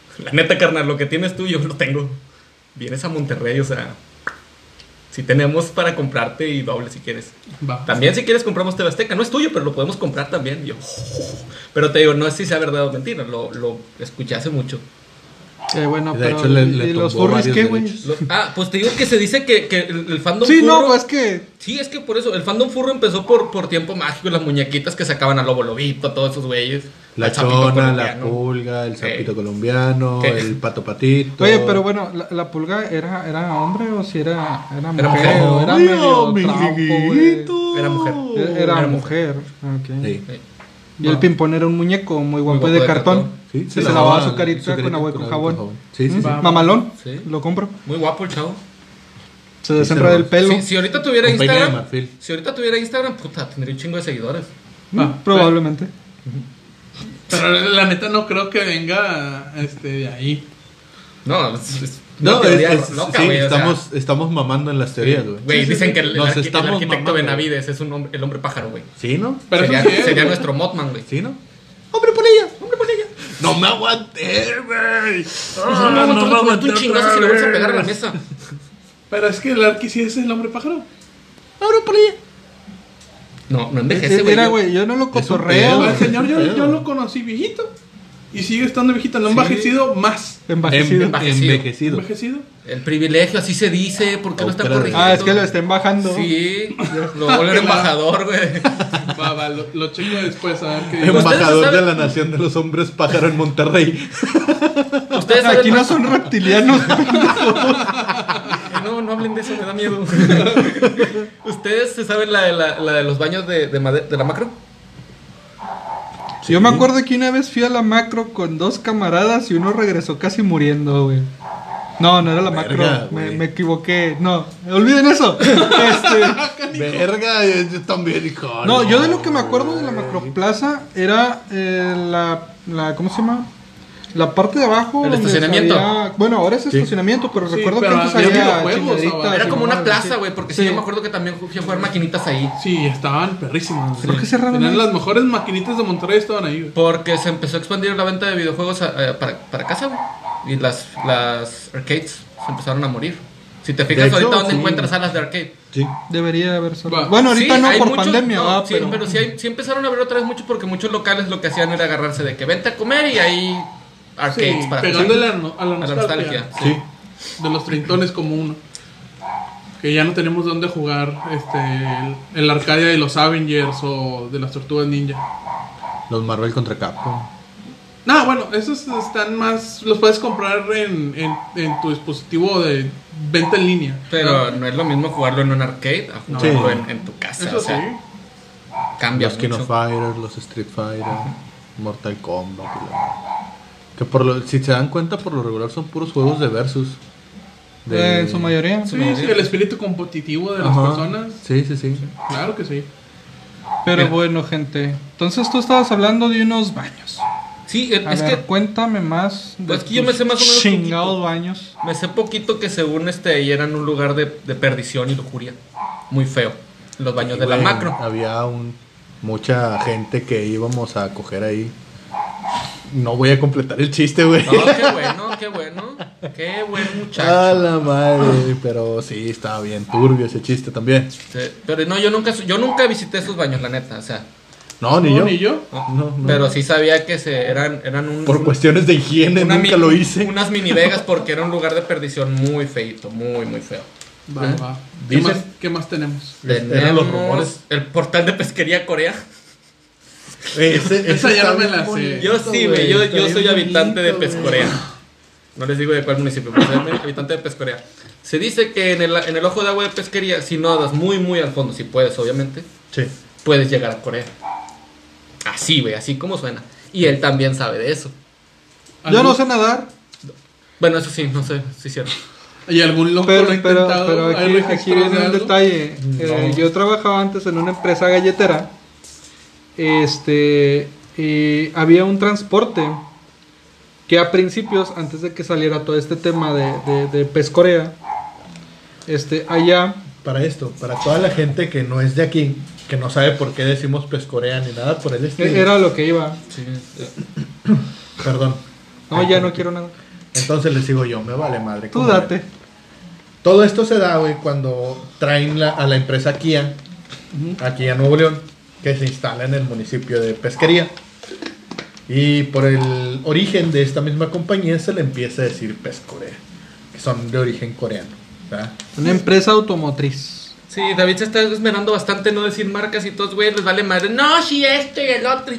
C: (laughs) La neta carnal, lo que tienes tú yo lo tengo. Vienes a Monterrey, o sea, si tenemos para comprarte y doble si quieres.
B: Va.
C: También si quieres compramos TV Azteca, no es tuyo, pero lo podemos comprar también. Y yo, (laughs) pero te digo, no sé si sea verdad o mentira, lo, lo escuché hace mucho.
A: Eh, bueno,
D: De
A: pero.
D: hecho, le-
A: ¿y-
D: le
A: y los
D: tumbó
A: furries
D: varios
A: qué, güey?
D: derechos.
C: Lo- ah, pues te digo que se dice que, que el, el fandom
A: Sí,
C: furro...
A: no, pues es que.
C: Sí, es que por eso, el fandom furro empezó por, por tiempo mágico, las muñequitas que sacaban a Lobo Lobito, todos esos güeyes.
D: La
C: al sapito
D: chona, la
C: colombiano.
D: pulga, el sapito
C: Sí.
D: colombiano,
C: Sí.
D: el pato patito.
A: Oye, pero bueno, ¿la, la pulga era, era hombre o si era, era mujer?
C: mujer.
A: o era
C: oh,
D: Ay,
A: medio
D: Oh, mi
A: trauco, güey?
D: amiguito.
C: Era mujer.
A: Era,
C: Era
A: mujer. ok.
D: Sí.
C: Sí.
A: Y
C: Ah.
A: el pimpón era un muñeco muy guapo,
C: guapo
A: de,
C: de
A: cartón.
C: cartón.
D: Sí,
A: se, lavaba su carita, con agua y con jabón.
D: Sí, sí, sí.
B: Va.
A: Mamalón,
C: Sí.
A: lo compro.
C: Muy guapo el chavo.
A: Se
D: Sí,
A: desembra
D: se
A: del
D: lo-
A: pelo.
C: Si, si ahorita tuviera
D: Con peine de
C: Instagram,
D: marfil.
C: si ahorita tuviera Instagram, puta, tendría un chingo de seguidores.
A: Mm,
B: Ah,
A: probablemente.
B: Pero la neta no creo que venga este, de ahí.
C: No, es, es una
D: No, es,
C: teoría
D: es-
C: loca,
D: sí,
C: güey, o sea,
D: estamos, estamos mamando en las teorías, güey.
C: güey,
D: Sí, sí,
C: dicen
D: sí.
C: que el, el
D: Nos
C: arqui- el
D: estamos
C: arquitecto
D: mamando.
C: Benavides es un hombre, el hombre pájaro, güey.
D: Sí, ¿no?
B: Pero
C: sería
B: eso sí es,
C: sería
B: güey.
C: nuestro Mothman, güey.
D: Sí, ¿no? ¡Hombre polilla!
C: Hombre, pues ella.
D: ¡No me aguanté, güey!
C: no, no, no,
D: me
C: no, tú
D: aguanté
C: un chingazo
D: otra
C: si le vas a
D: vez.
C: pegar a la mesa.
B: Pero es que el Arqui sí es el hombre pájaro.
D: ¡Hombre polilla!
C: No, no
A: Eh,
C: envejece, güey.
A: Mira, güey, yo no lo
D: pedo,
A: cotorreo.
B: Al señor yo,
D: Pero-
B: yo lo conocí viejito. Y sigue estando viejito. Lo ha
D: Sí.
B: envejecido más.
A: Embajecido.
C: Em-
D: Envejecido.
B: Envejecido.
C: El privilegio, así se dice, ¿por qué lo están
D: Otra vez.
C: corrigiendo?
A: Ah, es que lo estén bajando.
C: Sí, lo vuelven embajador, güey.
B: Va, va, lo, lo checo después a ver qué digo.
D: Embajador de
C: saben-
D: la Nación de los Hombres Pájaro en Monterrey.
C: Ustedes saben
A: Aquí no
C: más-
A: son reptilianos.
C: No, no hablen de eso, me da miedo. ¿Ustedes se saben la de, la, la de los baños de, de, made- de la macro?
A: (laughs) Yo me acuerdo que una vez fui a la macro con dos camaradas y uno regresó casi muriendo, güey. No, no era la macro,
D: Verga,
A: me,
D: güey.
A: me equivoqué. No, olviden eso. (laughs) Este,
D: Verga, yo yo también, hijo.
A: no, yo de lo que me acuerdo de la macroplaza era eh, la, la- ¿cómo se llama? La parte de abajo.
C: El
A: donde
C: estacionamiento.
A: había- bueno, ahora es estacionamiento, pero
B: Sí,
A: recuerdo
B: pero
A: que antes
B: había
A: había
B: videojuegos,
A: chingaderitas
B: ahora.
C: Era
A: y
C: como una
A: mamadas,
C: plaza,
A: Ah, sí.
C: güey, porque sí. yo me acuerdo que también fui a jugar maquinitas ahí.
B: Sí, estaban perrísimos.
A: Creo que cerraron
B: Tenían
A: ahí.
B: las mejores maquinitas de Monterrey estaban ahí. güey.
C: Porque se empezó a expandir la venta de videojuegos a- a- para, para casa, güey. Y las, las arcades se empezaron a morir. Si te fijas
D: hecho,
C: ahorita, ¿dónde
D: sí.
C: encuentras salas de arcade?
D: Sí.
A: Debería haber solo.
B: Va.
A: Bueno, ahorita
C: Sí,
A: no
C: hay
A: por
C: muchos-
A: pandemia,
C: no,
A: va,
C: sí,
A: pero,
C: sí, hay- sí empezaron a ver otra vez mucho porque muchos locales lo que hacían era agarrarse de que vente a comer y ahí arcades
B: Sí,
C: para
B: pegándole a, no- a la
C: Ah, a
B: nostalgia,
D: Sí.
B: de los trintones como uno. Que ya no tenemos dónde jugar este, el, el Arcadia de los Avengers o de las Tortugas Ninja.
D: Los Marvel contra Capcom.
B: No, bueno, esos están más. Los puedes comprar en, en, en tu dispositivo de venta en línea.
C: Pero no es lo mismo jugarlo en un arcade a
B: No.
C: jugarlo
D: Sí.
C: en, en tu casa.
B: Ah, Eso
C: o sea,
B: sí.
C: cambia
D: Los King of
C: mucho.
D: Fighters, los Street Fighter, Mortal Kombat. y la- Que por lo, si se dan cuenta, por lo regular son puros juegos de versus.
E: de-
A: eh, En su mayoría.
B: Sí, sí, el espíritu competitivo de las
E: Ajá.
B: personas.
E: Sí, sí, sí.
B: Claro que sí.
A: Pero
C: Mira.
A: bueno, gente. Entonces tú estabas hablando de unos baños.
C: Sí, eh,
A: A
C: es
A: ver,
C: que
A: cuéntame más. de
C: Pues que yo
A: tus
C: me sé más o menos
A: Chingados
C: poquito.
A: baños.
C: me sé poquito que según este ahí eran un lugar de, de perdición y lujuria. Muy feo. Los baños de la
E: Güey,
C: macro.
E: Había un, mucha gente que íbamos a coger ahí. No voy a completar el chiste, güey.
C: No, qué bueno, qué bueno. Qué buen
E: A
C: muchacho.
E: la madre, pero sí, estaba bien turbio ese chiste también.
C: Sí, Pero no, yo nunca, su- yo nunca visité esos baños, la neta. O sea,
E: No, ni
B: No,
E: yo.
B: ni yo.
E: No, no.
C: pero sí sabía que se eran, eran un.
E: Por
C: un-
E: cuestiones de higiene
C: una
E: nunca
C: mi-
E: lo hice.
C: Unas mini Vegas porque era un lugar de perdición muy feito, muy, muy feo.
B: Va,
E: ¿Eh?
B: va. ¿Qué
E: Dicen-
B: más, qué más tenemos?
E: Este, Eran los rumores.
C: Tenemos el portal de pesquería Corea.
E: Ese- ese
B: Esa ya no
E: está
B: me
E: bien
B: la sé.
E: bonito,
C: Yo sí, güey.
E: güey,
C: Yo,
E: está
C: yo
E: bien
C: soy habitante de
E: bonito, güey.
C: Pescorea. No les digo de cuál municipio, pero soy habitante de Pescorea. Se dice que en el, en el ojo de agua de pesquería, si nadas muy, muy al fondo, si puedes, obviamente,
E: Sí.
C: puedes llegar a Corea. Así, güey, así como suena. Y él también sabe de eso.
A: Yo no
B: ¿Algún-
A: sé nadar.
C: Bueno, eso sí, no sé si es cierto.
B: ¿Y algún loco
A: Pero,
B: lo ha
A: pero,
B: intentado?
A: pero
B: ¿Hay
A: aquí,
B: registros
A: aquí
B: de
A: viene un
B: algo?
A: detalle. Eh, yo trabajaba antes en una empresa galletera. Este. Y había un transporte que a principios, antes de que saliera todo este tema de, de, de Pescorea, este, allá
D: Para esto, para toda la gente que no es de aquí, que no sabe por qué decimos pescorea ni nada por el estilo.
A: eh, era lo que iba.
C: Sí,
D: Perdón.
A: No, ya no quiero nada.
D: Entonces les digo yo, me vale madre.
A: Tú
D: ¿cómo ven?
A: date.
D: Todo esto se da, güey, cuando traen la- a la empresa Kia, aquí a Nuevo León, que se instala en el municipio de Pesquería. Y por el origen de esta misma compañía se le empieza a decir Pescorea, que son de origen coreano. ¿verdad?
A: Una empresa automotriz.
C: Sí, David se está esmerando bastante en no decir marcas y todos, güey, les vale madre. No, si esto y el otro.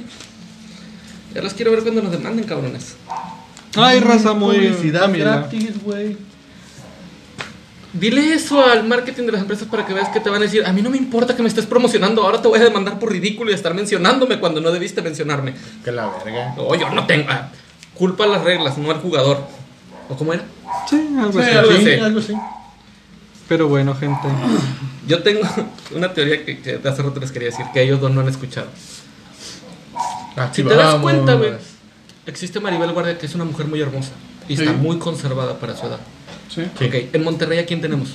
C: Ya los quiero ver cuando nos demanden, cabrones.
A: Ay, raza muy.
D: Publicidad
A: muy mala.
D: gratis, güey.
C: Dile eso al marketing de las empresas para que veas que te van a decir, a mí no me importa que me estés promocionando, ahora te voy a demandar por ridículo y estar mencionándome cuando no debiste mencionarme.
D: Que la verga.
C: No, yo no tengo... ah, culpa a las reglas, no al jugador. ¿O cómo era?
A: Sí, algo
B: Sí,
A: así.
C: algo así.
D: Sí, algo así.
A: Pero bueno, gente.
C: Yo tengo (laughs) una teoría que, que de hace rato les quería decir, que ellos dos no han escuchado.
D: Ah,
C: Si te das
D: Activamos.
C: cuenta, güey, existe Maribel Guardia, que es una mujer muy hermosa y está
B: Sí.
C: muy conservada para su edad.
B: Sí.
D: Sí.
C: Ok, en Monterrey, ¿a quién tenemos?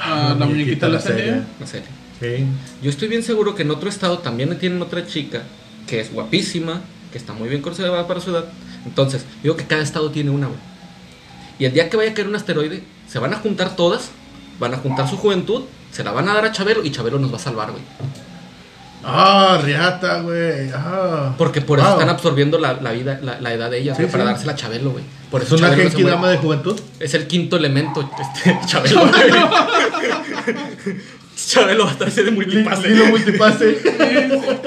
B: Ah, la muñequita de la serie.
C: No sé.
D: Sí.
C: Yo estoy bien seguro que en otro estado también tienen otra chica que es guapísima, que está muy bien conservada para su edad. Entonces, digo que cada estado tiene una, güey. Y el día que vaya a caer un asteroide, se van a juntar todas, van a juntar su juventud, se la van a dar a Chabelo y Chabelo nos va a salvar, güey.
D: Ah, Riata, güey. Ah.
C: Porque por eso
D: Wow.
C: están absorbiendo la, la vida, la, la edad de ellas,
D: Sí,
C: güey, para
D: sí.
C: dársela a Chabelo, güey. Por
D: ¿Es
C: eso
D: una
C: Chabelo no se
D: Genki
C: muere.
D: Dama de juventud?
C: Es el quinto elemento, este, (laughs) Chabelo. güey. (laughs) Chabelo va a estar de multipase.
D: Lilo multipase.
B: Sí, sí,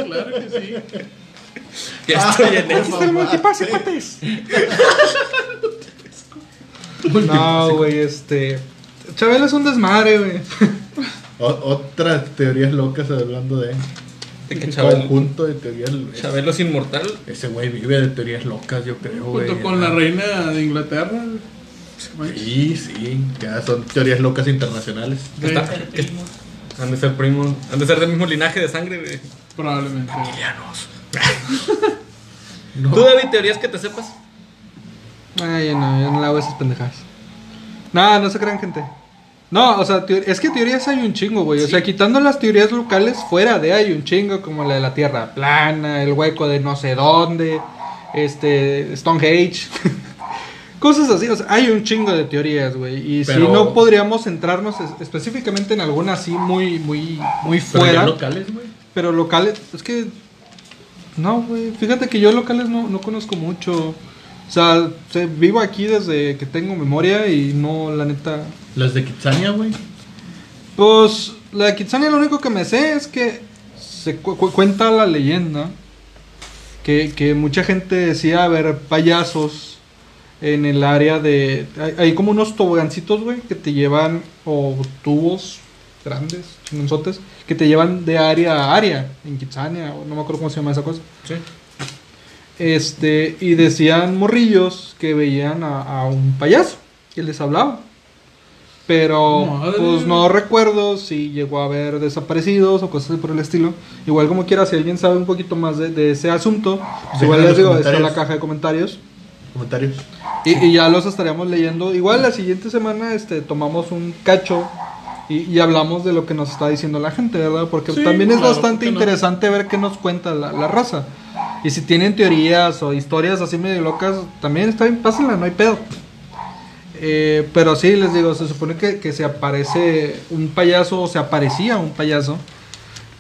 B: claro que sí.
C: (laughs) Ya estoy en
D: Ah,
C: eso.
A: Aquí
D: (laughs)
A: está el multipase, cuates. (laughs) No, güey, este. Chabelo es un desmadre, güey.
D: O- otras teorías locas hablando de
C: De que
D: un
C: Chabelo,
D: conjunto de teorías locas.
C: Chabelo es inmortal.
D: Ese güey vive de teorías locas, yo creo, güey.
B: Junto con la reina de Inglaterra.
D: Sí, sí, ya son teorías locas internacionales.
C: Que está- que- han de ser primo. Han de ser del mismo linaje de sangre, güey.
B: Probablemente.
C: (laughs) ¿Tú, David, teorías que te sepas?
A: Ay, no, yo no le hago esas pendejadas. Nada, no se crean, gente. No, o sea, teo- es que teorías hay un chingo, güey. O sea, quitando las teorías locales, fuera de hay un chingo, como la de la tierra plana, el hueco de no sé dónde, este, Stonehenge. (laughs) Cosas así, o sea, hay un chingo de teorías, güey. Y si
D: Pero-
A: no podríamos centrarnos es- específicamente en alguna así muy, muy, muy
D: Teorías
A: fuera.
D: locales, güey.
A: Pero locales, es que. No, güey. Fíjate que yo locales no, no conozco mucho. O sea, sé- vivo aquí desde que tengo memoria y no, la neta.
D: Las de Kitsania, güey.
A: Pues, la de Kitsania lo único que me sé es que se cu- cu- cuenta la leyenda que, que mucha gente decía haber payasos en el área de. Hay, hay como unos tobogancitos, güey, que te llevan, o tubos grandes, chingonzotes, que te llevan de área a área en Kitsania, o no me acuerdo cómo se llama esa cosa.
C: Sí.
A: Este, y decían morrillos que veían a, a un payaso que les hablaba. Pero
B: Madre.
A: pues no recuerdo si llegó a haber desaparecidos o cosas por el estilo. Igual como quiera, si alguien sabe un poquito más de, de ese asunto, pues
E: Dejen en
A: igual les
E: los
A: digo, está en la
E: comentarios.
A: caja de comentarios.
E: Comentarios.
A: Y, y ya los estaríamos leyendo. Igual la siguiente semana este, tomamos un cacho y, y hablamos de lo que nos está diciendo la gente, ¿verdad? Porque
B: Sí,
A: también es
B: claro,
A: bastante
B: ¿por qué no?
A: interesante ver qué nos cuenta la, la raza. Y si tienen teorías o historias así medio locas, también está bien, pásenla, no hay pedo. Eh, pero sí, les digo, se supone que, que se aparece un payaso o se aparecía un payaso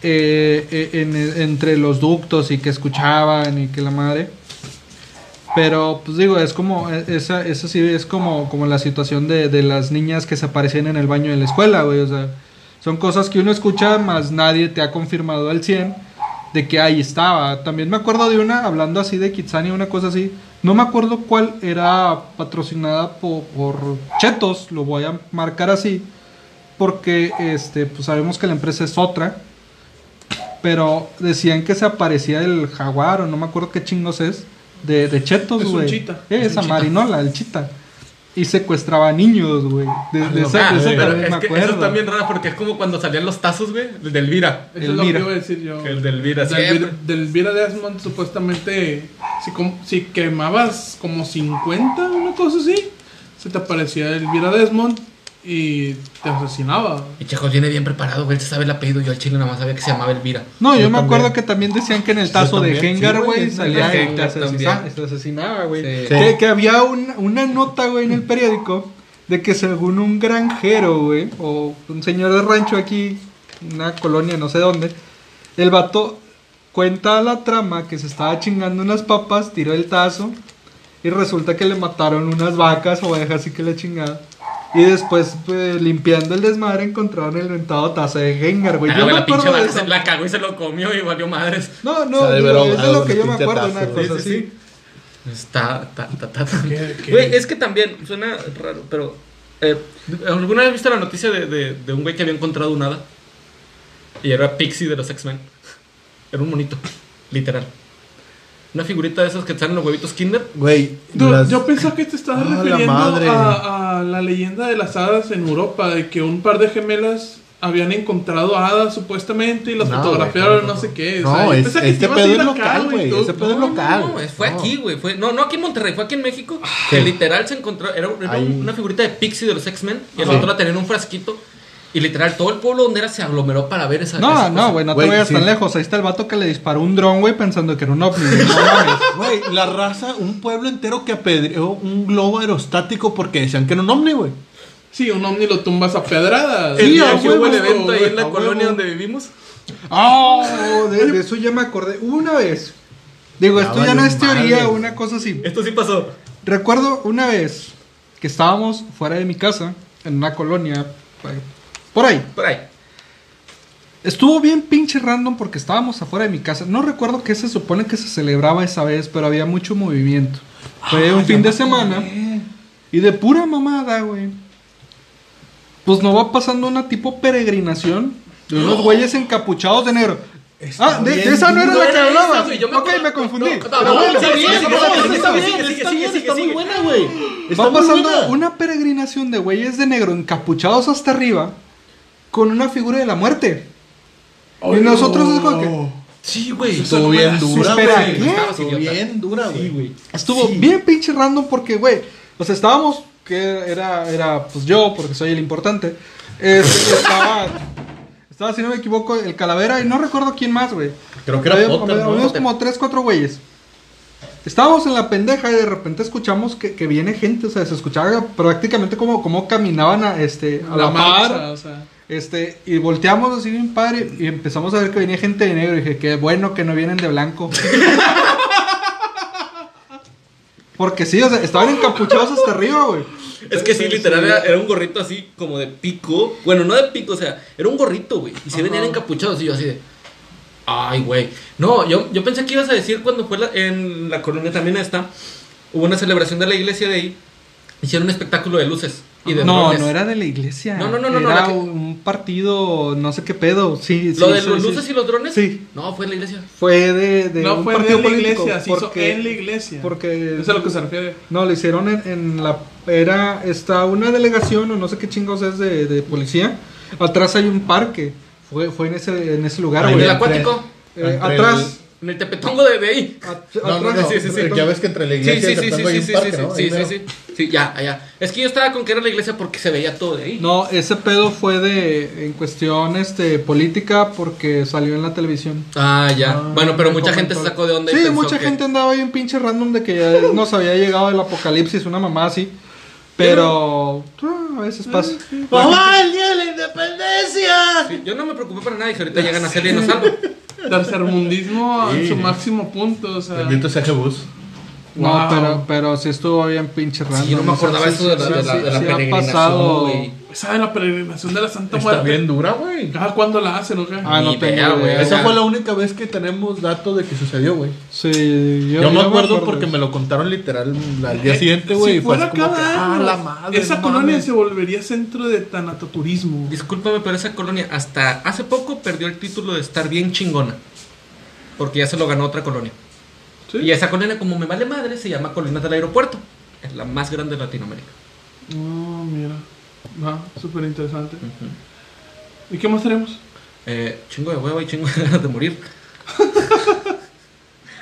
A: eh, eh, en- entre los ductos y que escuchaban y que la madre. Pero, pues digo, es como, e- esa, eso sí es como, como la situación de, de las niñas que se aparecían en el baño de la escuela, güey. O sea, son cosas que uno escucha, más nadie te ha confirmado al 100 de que ahí estaba. También me acuerdo de una, hablando así de Kitsania, una cosa así. No me acuerdo cuál era patrocinada po- por, Chetos, lo voy a marcar así. Porque, este, pues sabemos que la empresa es otra. Pero decían que se aparecía el jaguar, o no me acuerdo qué chingos es, de, de Chetos,
B: Es un
A: güey.
B: chita.
A: Eh, Esa marinola, el chita. Y secuestraba niños, güey. De, de esa,
C: Ah,
A: de esa
C: pero
A: también
C: es
A: me
C: que
A: acuerdo.
C: eso está bien raro porque es como cuando salían los tazos, güey, el de Elvira.
B: Eso es lo que
A: Elvira.
B: iba a decir yo.
C: El de Elvira,
B: De
C: siempre.
B: Elvira- de Elvira Desmond, supuestamente, si, com- si quemabas como 50, una cosa así, se te aparecía Elvira Desmond y te asesinaba.
C: Y Chejos viene bien preparado, güey, él se sabe el apellido, yo al chile nada más sabía que se llamaba Elvira.
A: No, yo,
D: Yo
A: me
D: también.
A: acuerdo que también decían que en el tazo de
D: también,
A: Hengar,
D: sí, güey,
A: güey,
D: en
A: salía
C: el de
A: y te
C: Hengar
A: asesina-
C: también.
A: te asesinaba, güey.
C: Sí.
A: Que, que había una, una nota, güey, en el periódico de que según un granjero, güey, o un señor de rancho aquí, una colonia, no sé dónde, el vato cuenta la trama que se estaba chingando unas papas, tiró el tazo y resulta que le mataron unas vacas, ovejas y que la chingada. Y después, pues, limpiando el desmadre, encontraron el ventado tazo de Gengar, güey.
C: Ah,
A: Yo
C: güey,
A: me
C: la pinche
A: acuerdo de
C: vaca
A: eso.
C: se la cagó y se lo comió y valió madres.
A: No,
D: Se
A: no,
D: ha de
A: digo,
D: haber
A: eso es
D: ahogado
A: lo que
D: en
A: yo
D: el
A: me
D: pinche
A: acuerdo,
D: tazo,
A: una
D: güey.
A: cosa
C: Sí, sí,
A: así.
C: Está, ta, ta, ta, ta.
B: ¿Qué- qué?
C: Güey, es que también suena raro, pero. eh, ¿Alguna vez viste la noticia de, de- de un güey que había encontrado un hada? Y era Pixie de los X-Men. Era un monito, literal. Una figurita de esas que están en los huevitos Kinder.
E: Güey,
B: Yo,
E: las-
B: yo pensaba que te estabas
E: Ah, la
B: refiriendo
E: madre.
B: a, a la leyenda de las hadas en Europa, de que un par de gemelas habían encontrado hadas supuestamente y las
E: No,
B: fotografiaron,
E: güey,
B: no sé qué.
E: No,
B: yo
E: es-
B: pensaba que
E: este
B: te ibas a
E: pedo
B: ir
E: es
B: acá,
E: local, güey,
B: tú.
E: ese pedo es
B: No,
E: local.
C: No,
E: güey,
C: fue
E: no.
C: aquí, güey. Fue, no, no aquí en Monterrey, fue aquí en México.
A: Ah,
C: Que literal se encontró. Era, era
E: Ahí.
C: una figurita de Pixie de los X-Men. Y el
B: Ajá.
C: otro la tenía en un frasquito. Y literal, todo el pueblo donde era se aglomeró para ver esa. esa
A: No,
C: cosa.
A: no, güey, no te
E: Güey,
A: vayas
E: sí.
A: tan lejos. Ahí está el vato que le disparó un dron, güey, pensando que era
E: (laughs)
A: un ovni. güey, No mames.
E: Güey, la raza, un pueblo entero que apedreó un globo aerostático porque decían que era un ovni, güey.
B: Sí, un ovni lo tumbas a pedradas.
C: El
A: Sí,
C: día
A: a
C: que hubo
A: huevo,
C: el evento ahí en
B: a
C: la
B: huevo.
C: colonia donde vivimos.
A: Oh, de, de eso ya me acordé. Una vez. Digo,
E: Ya
A: esto ya no
E: valió
A: es teoría,
E: madre.
A: una cosa así.
C: Esto sí pasó.
A: Recuerdo una vez que estábamos fuera de mi casa, en una colonia, eh, por ahí.
C: Por ahí.
A: Estuvo bien pinche random porque estábamos afuera de mi casa. No recuerdo qué se supone que se celebraba esa vez, pero había mucho movimiento.
C: Ah,
A: Fue un fin de semana. Y de pura mamada, güey. Pues no va pasando una tipo peregrinación de unos güeyes encapuchados de negro. ah, de, de esa no era
C: No
A: la que
C: era esa,
A: hablaba.
C: güey, yo me
A: ok,
C: acuerdo-
A: me confundí.
C: No, no, no,
A: Pero
C: sí,
A: bueno, está bien,
C: sí, sí, sí,
A: está
C: sí,
A: bien,
C: sí,
A: está bien.
C: sí, sigue, sigue, sigue,
E: está
C: sigue.
E: muy buena, güey. Está
A: Va
E: muy
A: pasando
E: buena.
A: una peregrinación de güeyes de negro encapuchados hasta arriba con una figura de la muerte. y nosotros es como que...
C: Sí, güey.
E: Estuvo bien dura,
A: Espera,
E: güey.
A: ¿qué?
E: Estuvo bien dura, güey.
A: Estuvo bien pinche random porque, güey, o sea, estábamos, que era, era, pues yo, porque soy el importante, este, estaba, estaba, si no me equivoco, el Calavera y no recuerdo quién más, güey.
D: Creo que era
A: Había-
D: Potter,
A: había-
D: ¿no?
A: habíamos como tres, cuatro güeyes. Estábamos en la pendeja y de repente escuchamos que, que viene gente, o sea, se escuchaba prácticamente como, como caminaban a, este, a
B: A
A: la, par.
B: la marcha, o sea.
A: Este, y volteamos así bien padre y empezamos a ver que venía gente de negro. Y dije, qué bueno que no vienen de blanco. (laughs) Porque sí, o sea, estaban encapuchados hasta arriba, güey.
C: Es que sí, literal, era, era un gorrito así como de pico. Bueno, no de pico, o sea, era un gorrito, güey. Y se venían encapuchados y yo así de. Ay, güey. No, yo, yo pensé que ibas a decir cuando fue la- en la colonia también esta. Hubo una celebración de la iglesia de ahí. Hicieron un espectáculo de luces. Y y de
A: No,
C: drones.
A: no era de la iglesia.
C: No, no, no, no, no,
A: Era
C: la que-
A: un partido, no sé qué pedo. Sí, sí,
C: ¿Lo de
A: sí,
C: los
A: sí.
C: luces y los drones?
A: Sí.
C: No, fue en la iglesia.
A: Fue de, de
B: No
A: un
B: fue
A: partido
B: de la
A: político,
B: iglesia, se hizo
A: porque-
B: en la iglesia.
A: porque-
B: Eso es a lo que se refiere.
A: No, lo hicieron en, en la... Era... Está una delegación o no sé qué chingos es de, de policía. Atrás hay un parque. Fue, fue en, ese, en ese lugar,
D: Ahí
A: güey.
C: ¿En el
D: entre-
C: acuático?
A: Eh,
D: entre
A: atrás...
C: En el tepetongo de, de ahí.
A: a-
D: No, no,
A: atrás-
D: no,
C: Sí, sí, sí.
D: Ya ves que entre la
C: Sí,
D: iglesia
C: sí,
D: y
C: sí, sí,
D: Zapata hay
C: sí,
D: un
C: sí,
D: parque,
C: sí,
D: ¿no? Ahí
C: sí, sí,
D: mero.
C: sí. Sí, ya, allá. Es que yo estaba con que era la iglesia porque se veía todo de ahí.
A: No, ese pedo fue de... En cuestión, este... Política porque salió en la televisión.
C: Ah, ya.
A: Ah,
C: bueno, pero
A: me
C: mucha gente
A: comentó.
C: se sacó de onda y
A: Sí,
C: pensó
A: mucha
C: que-
A: gente andaba ahí un pinche random de que ya nos había llegado el apocalipsis, una mamá así. Pero ah, a veces pasa.
D: ¡Mamá, el día de la independencia!
C: Sí, yo no me preocupé para nada y que ahorita llegan a hacer y nos salvo.
B: Tercermundismo en
D: Sí.
B: su máximo punto, o sea.
D: Te invito a ese bus.
A: No,
B: Wow.
A: pero, pero sí estuvo bien pinche random.
C: Sí, yo no me
A: o sea,
C: acordaba
A: sí,
C: eso de la,
A: sí,
C: de la,
A: sí,
C: de la
A: sí ha
C: peregrinación,
A: pasado.
C: güey.
B: Esa de la peregrinación de la Santa
D: Está
B: Muerte.
D: bien dura, güey.
B: Ah, ¿cuándo la hacen o qué?
A: Ah,
C: Ni
A: no tengo
C: idea, güey.
A: idea.
C: Eso-
D: Esa fue la única vez que tenemos datos de que sucedió, güey.
A: Sí, yo,
D: Yo,
A: yo
D: me acuerdo porque me lo contaron literal al día siguiente, güey.
B: si
D: y fue así
B: fuera
D: como
B: cada
D: que,
B: año,
D: "Ah, la madre,
B: esa
D: no
B: colonia
D: mames".
B: se volvería centro de tanatoturismo.
C: Discúlpame, pero esa colonia hasta hace poco perdió el título de estar bien chingona. Porque ya se lo ganó otra colonia.
B: ¿Sí?
C: Y esa colonia, como me vale madre, se llama Colinas del Aeropuerto. Es la más grande de Latinoamérica.
B: No, mira. Ah, súper interesante. ¿Y qué más tenemos?
C: Eh, chingo de hueva y chingo de ganas de morir. (laughs)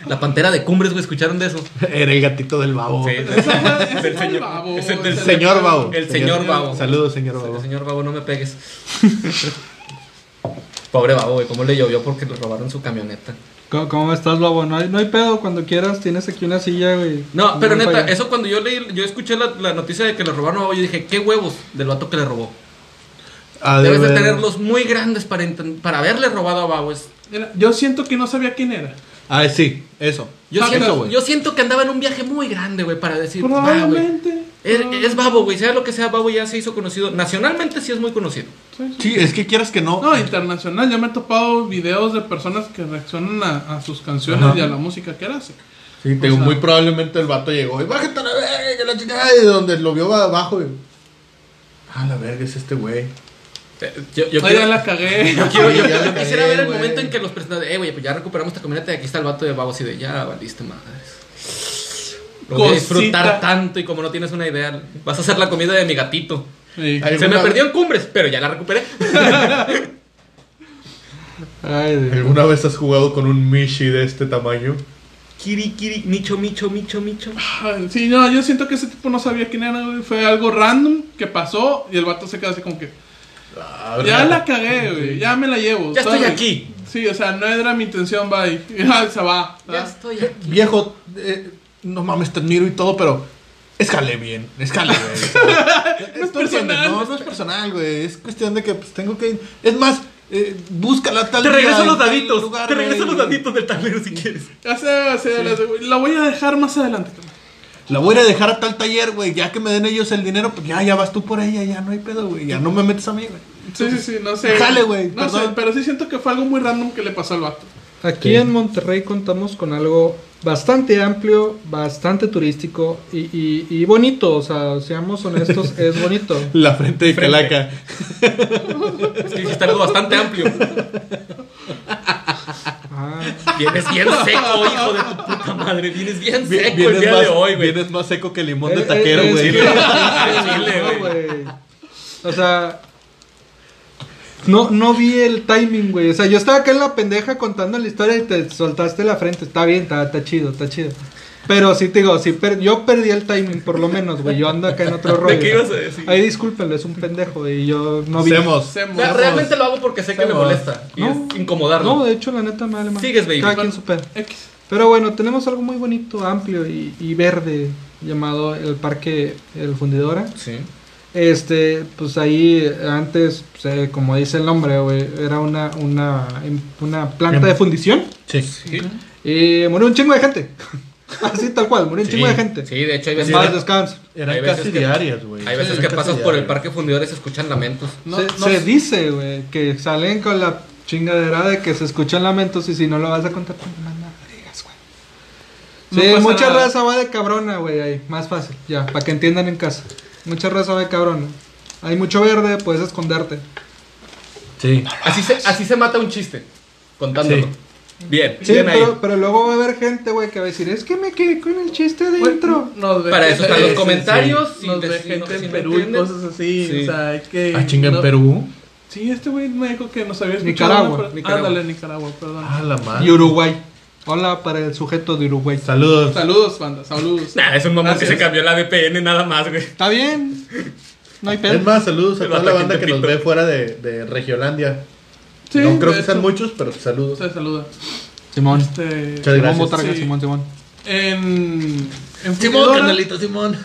C: la pantera de cumbres, güey, ¿escucharon de eso?
E: Era el gatito del
A: Oh.
E: babo.
C: Sí,
B: Esa fue- esa fue el
C: señor-
B: babo,
C: es el
E: El
C: del
E: señor babo.
C: El señor babo.
E: Saludos, señor
C: Sí,
E: babo.
C: Señor Babo, no me pegues. (laughs) Pobre Babo, güey, ¿cómo le llovió porque le robaron su camioneta?
A: ¿Cómo, cómo estás, babo? No hay, no hay pedo. Cuando quieras, tienes aquí una silla, güey.
C: No, pero
A: Ven para
C: neta,
A: allá.
C: eso cuando yo leí, yo escuché la, la noticia de que le robaron a Babo, yo dije, ¿qué huevos del vato que le robó?
E: Ha de
C: Debes de
E: ver-
C: tenerlos muy grandes para, enten- para haberle robado a Babo. es-
B: Era- yo siento que no sabía quién era.
E: Ah, sí, eso.
C: Yo,
E: Eso,
C: siento,
E: güey.
C: yo siento que andaba en un viaje muy grande, güey, para decir, "Va, güey".
B: Probablemente.
C: Es, es Babo, güey, sea lo que sea, Babo ya se hizo conocido. Nacionalmente sí es muy conocido.
E: Sí, es que quieras que no.
B: No, internacional. Ya me he topado videos de personas que reaccionan a, a sus canciones
D: Ajá.
B: y a la música que él hace.
D: Sí, te digo,
B: O sea-
D: muy probablemente el vato llegó y bájate a la verga, que la chingada, y donde lo vio abajo, y, Ah, la verga es este güey.
C: Eh, Yo, yo
B: Ay,
C: quiero-
B: ya la cagué.
C: Yo, quiero- yo-
D: Sí, ya
C: yo
D: la
C: quisiera
D: cagué,
C: ver el
D: güey.
C: momento en que los presentadores, eh, güey, pues ya recuperamos esta camioneta y aquí está el vato de babos y de ya valiste madres. Lo voy a
B: Cosita.
C: disfrutar tanto y como no tienes una idea, vas a hacer la comida de mi gatito.
B: Sí.
D: Ay,
C: Se me
D: ¿Alguna-
C: perdió en cumbres, pero ya la recuperé.
A: Ay, de-
D: ¿Alguna vez has jugado con un Mishi de este tamaño?
C: Kiri, kiri, micho, micho, micho, micho.
B: Ay, Sí, no, yo siento que ese tipo no sabía quién era, güey. Fue algo random que pasó y el vato se quedó así como que. Ya la cagué, güey. Ya me la llevo.
C: Ya estoy
B: sorry".
C: aquí.
B: Sí, o sea, no era mi intención, bye. (laughs) Ya se va.
C: Ah. Ya
B: ¿verdad?
C: estoy aquí.
E: Viejo, eh, no mames, te admiro y todo, pero escale bien, escale bien. o
C: (laughs)
E: sea,
B: No es personal.
E: No, no es personal, güey. Es cuestión de que pues, tengo que. Es más, eh, búscala tal
C: Te
E: día
C: regreso
E: en
C: los
E: tal
C: daditos.
E: lugar,
C: te regreso
E: güey.
C: los daditos del tablero si quieres.
B: Ya sé, o sea, la, la voy a dejar más adelante.
E: La voy a ir a dejar a tal taller, güey. Ya que me den ellos el dinero, pues ya, ya vas tú por ella, ya no hay pedo, güey. Ya no me metes a mí, güey.
B: Sí, sí, sí, no sé.
E: Jale, güey,
B: No sé,
E: perdón.
B: pero sí siento que fue algo muy random que le pasó al vato.
A: Aquí
E: Sí.
A: en Monterrey contamos con algo bastante amplio, bastante turístico y, y- y bonito. O sea, seamos honestos, es
D: (laughs)
A: bonito.
E: La frente de
C: Frente.
E: Calaca.
C: Es que dijiste algo bastante amplio.
A: Ah.
C: Vienes bien seco, hijo de tu puta madre. Vienes bien seco
E: Vie-
C: el día
E: más,
C: de hoy, güey.
E: vienes más seco que limón
A: Eh,
E: de
A: eh,
E: taquero,
A: es
E: güey.
C: (laughs)
A: que-
C: Chile,
A: no,
C: güey.
A: güey. O sea, no, no vi el timing, güey. O sea, yo estaba acá en la pendeja contando la historia y te soltaste la frente. Está bien, está, está chido, está chido. Pero sí te digo, sí per- yo perdí el timing, por lo menos, güey. Yo ando acá en otro rollo.
C: (laughs) ¿De qué ibas a decir?
A: Ahí discúlpenlo, es un pendejo y yo no vi.
E: Semos.
B: Semos.
C: Re- Realmente lo hago porque sé que me
E: Vamos.
C: molesta y
A: No.
C: es incomodarlo.
A: No, de hecho, la neta me vale más.
C: Sigues, baby.
A: Cada quien su pedo.
B: X.
A: Pero bueno, tenemos algo muy bonito, amplio y, y verde llamado el Parque El Fundidora.
C: Sí.
A: Este, pues ahí eh, antes, pues, eh, como dice el nombre, güey, era una, una, em- una planta de fundición
E: Sí.
A: y murió un chingo de gente. (laughs) Así tal cual, murió un
E: Sí,
A: chingo de gente.
C: Sí, de hecho hay
A: En
C: veces,
A: paz, descanso.
E: Eran
C: Hay veces
E: casi
C: que-
E: diarias, güey.
C: hay veces
E: Eran
C: que
E: casi
C: pasas por el
E: diarias.
C: parque fundidor y se escuchan lamentos.
B: No,
A: se
B: no
A: se
B: sé.
A: dice, güey, que salen con la chingadera de que se escuchan lamentos y si no lo vas a contar, pues no más no digas, güey.
B: No
A: Sí,
B: pasa
A: mucha
B: nada.
A: raza va de cabrona, güey, ahí, más fácil, ya, para que entiendan en casa. Mucha raza de cabrón. Hay mucho verde, puedes esconderte.
E: Sí.
C: Así se, así se mata un chiste, contándolo. Bien,
A: Sí,
C: bien ahí.
A: pero, pero luego va a haber gente, güey, que va a decir, es que me quedé con el chiste dentro.
B: Nos ve
C: Para
B: gente-
C: eso están los
B: sí, sí,
C: comentarios,
B: sí.
C: si
B: Nos
C: te-
B: ve
C: si
B: gente
C: no- si
B: en
C: no
B: Perú y
C: entienden.
B: cosas así.
C: Sí,
B: O sea, hay que.
E: Ah, chinga, en
B: Eh, no-
E: Perú.
B: Sí, este güey me dijo que nos había escuchado.
A: Nicaragua,
B: ¿no? Pero-
C: Nicaragua.
B: Ándale, Nicaragua, perdón.
E: Ah, la
A: Y
E: madre.
A: Uruguay. Hola para el sujeto de Uruguay.
E: Saludos.
B: Saludos, banda, saludos.
C: Nah, es un mamón
B: Gracias.
C: que se cambió la VPN nada más, güey.
A: Está bien. No hay
D: Es
A: pedo.
D: más, saludos a
C: El
D: toda la
C: ataque
D: banda
C: en
D: que nos
C: Tepito.
D: ve fuera de, de Regiolandia.
B: Sí,
D: no creo
B: de
D: que sean
B: hecho,
D: muchos, pero saludos.
B: Se saluda.
A: Simón.
B: Este,
D: Muchas
A: Simón
D: gracias.
A: Botarga,
B: Sí.
A: Simón, Simón.
B: En, en
D: Simón,
B: Fundidora
D: carnalito, Simón.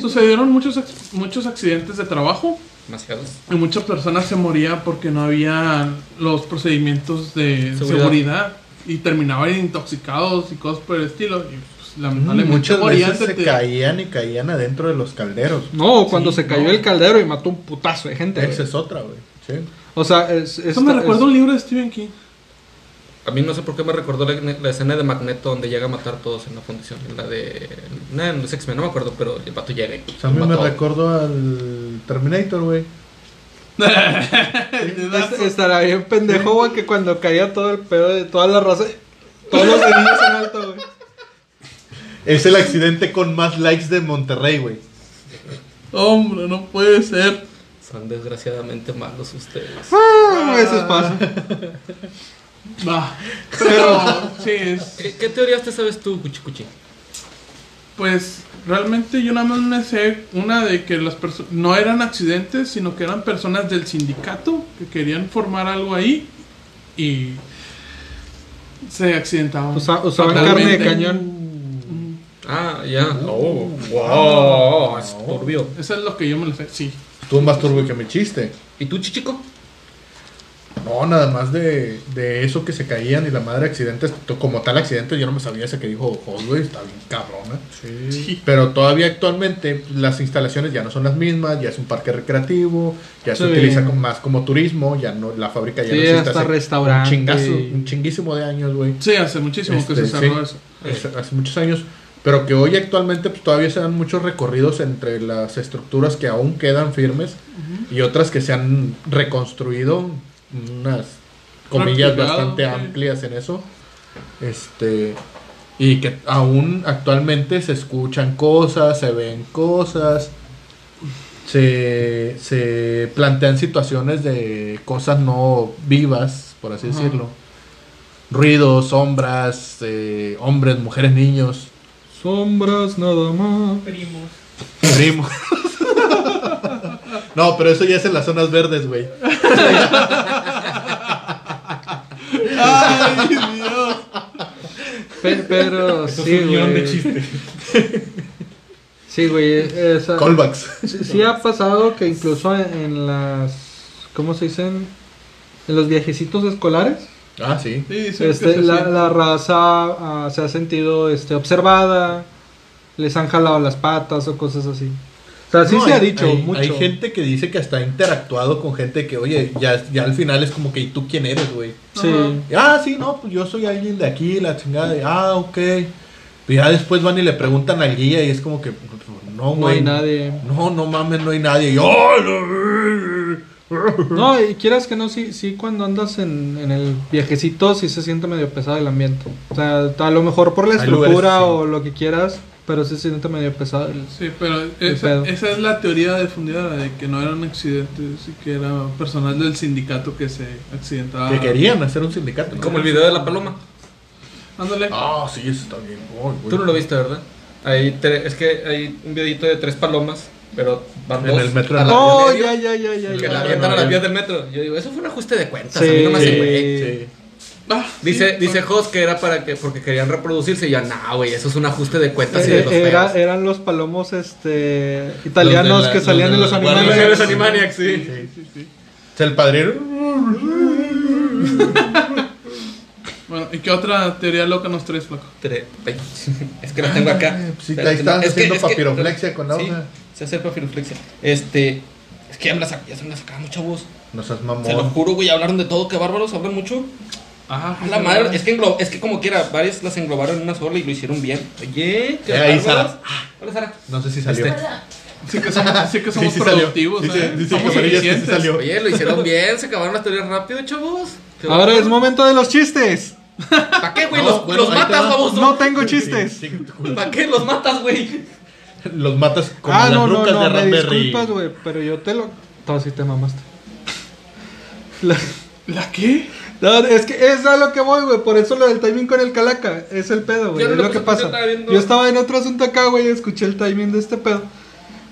B: sucedieron muchos, ac- muchos accidentes de trabajo
C: Demasiados.
B: y muchas personas se morían porque no había los procedimientos de seguridad,
C: Seguridad.
B: y terminaban intoxicados y cosas por el estilo. Y pues, lamentablemente
D: Muchas
B: morían
D: veces se
B: de-
D: caían y caían adentro de los calderos.
A: No, cuando
B: Sí,
A: se cayó
B: no.
A: el caldero y mató un putazo de gente.
D: Esa
A: güey.
D: es otra, güey. Sí.
A: O sea, es. es-
B: Eso me
A: es-
B: recuerda un libro de Stephen King.
C: A mí no sé por qué me recordó la, la escena de Magneto donde llega a matar a todos en la fundición. en La de. Nah, en los X-Men, no me acuerdo, pero el vato llega y.
D: O sea, a mí
C: los
D: me
C: mató.
D: recuerdo al Terminator,
B: (laughs)
D: güey.
A: es- estará bien pendejo, güey, que cuando caía todo el pedo de toda la raza. Todos los niños en alto, güey.
D: Es el accidente con más likes de Monterrey, güey.
B: Hombre, no puede ser.
C: Son desgraciadamente malos ustedes.
A: Ah, a veces pasa.
B: Bah. Pero (laughs) sí, es,
C: ¿Qué, qué teorías te sabes tú, Cuchicuchi?
B: Pues realmente yo nada más me sé una de que las perso- no eran accidentes, sino que eran personas del sindicato que querían formar algo ahí y se accidentaban.
A: Usa- usaban carne
B: Fatalmente.
A: de cañón.
C: Ah, ya. Oh, wow, es turbio.
B: Eso es lo que yo me lo sé, sí.
D: Estuvo más turbo que mi chiste.
C: ¿Y tú, Chichico?
D: No, nada más de, de eso que se caían y la madre accidentes. to- Como tal accidente, yo no me sabía ese que dijo Jos, güey. Está bien cabrona.
B: Sí.
D: Pero todavía actualmente las instalaciones ya no son las mismas. Ya es un parque recreativo. Ya se
A: Sí.
D: utiliza como- más como turismo. Ya no, la fábrica ya
A: Sí,
D: no existe.
A: hasta
D: hace
A: restaurante.
D: Un chingazo, un chinguísimo de años, güey.
B: Sí, hace muchísimo que
D: Este,
B: se cerró
D: sí.
B: eso.
D: Hace, hace muchos años, pero que hoy actualmente pues, todavía se dan muchos recorridos entre las estructuras que aún quedan firmes y otras que se han reconstruido, unas comillas
B: Practicado,
D: bastante
B: sí.
D: amplias en eso. Este y que aún actualmente se escuchan cosas, se ven cosas, se, se plantean situaciones de cosas no vivas, por así
B: Ajá.
D: decirlo. Ruidos, sombras, eh, hombres, mujeres, niños,
A: Sombras nada más.
F: primos.
D: primos. (laughs) no, pero eso ya es en las zonas verdes, güey.
B: ¡Ay, Dios!
A: Pe- pero sí, güey. (laughs) Sí, güey. esa-
D: Callbacks.
A: sí, sí ha pasado que incluso en, en las. ¿Cómo se dicen? En los viajecitos escolares,
D: Ah, sí.
B: Sí, dicen que
A: este,
B: se
A: la,
B: siente.
A: la raza ah, se ha sentido este, observada, les han jalado las patas o cosas así. O sea, sí
D: No,
A: se ha
D: hay-
A: dicho
D: hay,
A: mucho.
D: Hay gente que dice que hasta ha interactuado con gente que, oye, ya, ya al final es como que, ¿y tú quién eres, güey?
A: Sí.
B: Ajá.
D: Ah, sí, no, pues yo soy alguien de aquí, la chingada de, ah, ok. Y ya después van y le preguntan al guía y es como que, no, güey.
A: No hay nadie.
D: No, no mames, no hay nadie. Y, "Ah, la-
A: No, y quieras que no, sí, sí cuando andas en, en el viajecito sí se siente medio pesado el ambiente. O sea, a lo mejor por la
D: Hay
A: estructura
D: lugares, sí.
A: o lo que quieras, pero sí se siente medio pesado. el-
B: Sí, pero
A: pedo.
B: esa, esa es la teoría defundida de que no eran accidentes y que era personal del sindicato que se accidentaba.
D: Que querían hacer un sindicato. ¿no?
C: Como el video de la paloma.
B: Ándale.
D: Ah, sí, eso está bien. Ay, güey.
C: Tú no lo viste, ¿verdad? Ahí te- es que hay un videito de tres palomas, pero van
D: En
C: dos
D: el metro.
C: a la
A: Oh,
C: vía
A: ya,
C: medio,
A: ya, ya, ya.
C: Que
A: ya.
C: la
D: Ah,
C: avientan a
D: no,
C: las
D: ya.
C: vías del metro. Yo digo, eso fue un ajuste de cuentas.
A: Sí.
C: A mí no me hace
A: Sí.
C: güey.
D: Sí.
B: Ah,
C: Dice,
B: sí,
C: dice
B: son-
C: Jos que era para que, porque querían reproducirse. Y ya, nah, güey, eso es un ajuste de cuentas y de
A: Eh,
C: los
A: era-
C: feos".
A: eran los palomos este italianos
D: Los de la-
A: que salían
D: los
A: en
D: de
A: los
D: la-
A: animales.
D: Guardianes
B: (laughs)
C: Guardianes Animaniacs, sí.
D: Sí.
B: sí, sí.
D: O sea, el
C: (laughs)
D: padrino.
B: Bueno, ¿y qué otra teoría loca nos traes, flaco?
C: Tre- ay, (laughs) Es que la tengo acá.
D: Ah, sí, ahí
C: Espérate,
D: estaban
C: no, es que-
D: haciendo
C: es que-
D: papiroflexia con la hoja.
C: Sí, se hace papiroflexia. Este, es que ya me la, sac- ya se me la sacaban mucha voz.
D: No seas
C: Se lo
D: mamón.
C: juro, güey, hablaron de todo, que bárbaros, hablan mucho.
B: Ah,
C: A la madre, es que, englo- es que como quiera, varias las englobaron en una sola y lo hicieron bien. Oye, qué
D: Eh, ahí,
C: bárbaros.
D: Sara.
C: Ah, Hola, Sara.
D: No sé si salió.
C: Este.
B: Sí que somos, sí
G: Sí,
B: que somos
G: sí salió.
B: productivos,
G: Sí, sí,
B: ¿eh?
G: sí, sí,
B: somos
G: sí, sí, sí, sí,
B: eficientes.
G: salió.
C: Oye, lo hicieron bien, se acabaron las teorías rápido, chavos.
A: Ahora es momento de los chistes.
C: ¿Para qué, güey?
G: No,
C: los,
G: bueno,
C: los
G: ahí te
C: matas,
G: va.
C: baboso.
A: No tengo
G: Sí,
A: chistes.
G: sí,
C: ¿Para qué los matas, güey?
G: Los matas como
A: Ah,
G: las
A: no, no,
G: rucas de
A: no, me
G: Raspberry.
A: disculpas, güey, pero yo te lo... Todo sí te mamaste. La-
B: ¿La qué?
A: No, es que es a lo que voy, güey. Por eso lo del timing con el calaca. Es el pedo, güey.
C: Yo no
A: es
C: le
A: lo que
C: puse atención,
A: pasa.
C: estaba viendo-
A: Yo estaba en otro asunto acá, güey. y Escuché el timing de este pedo.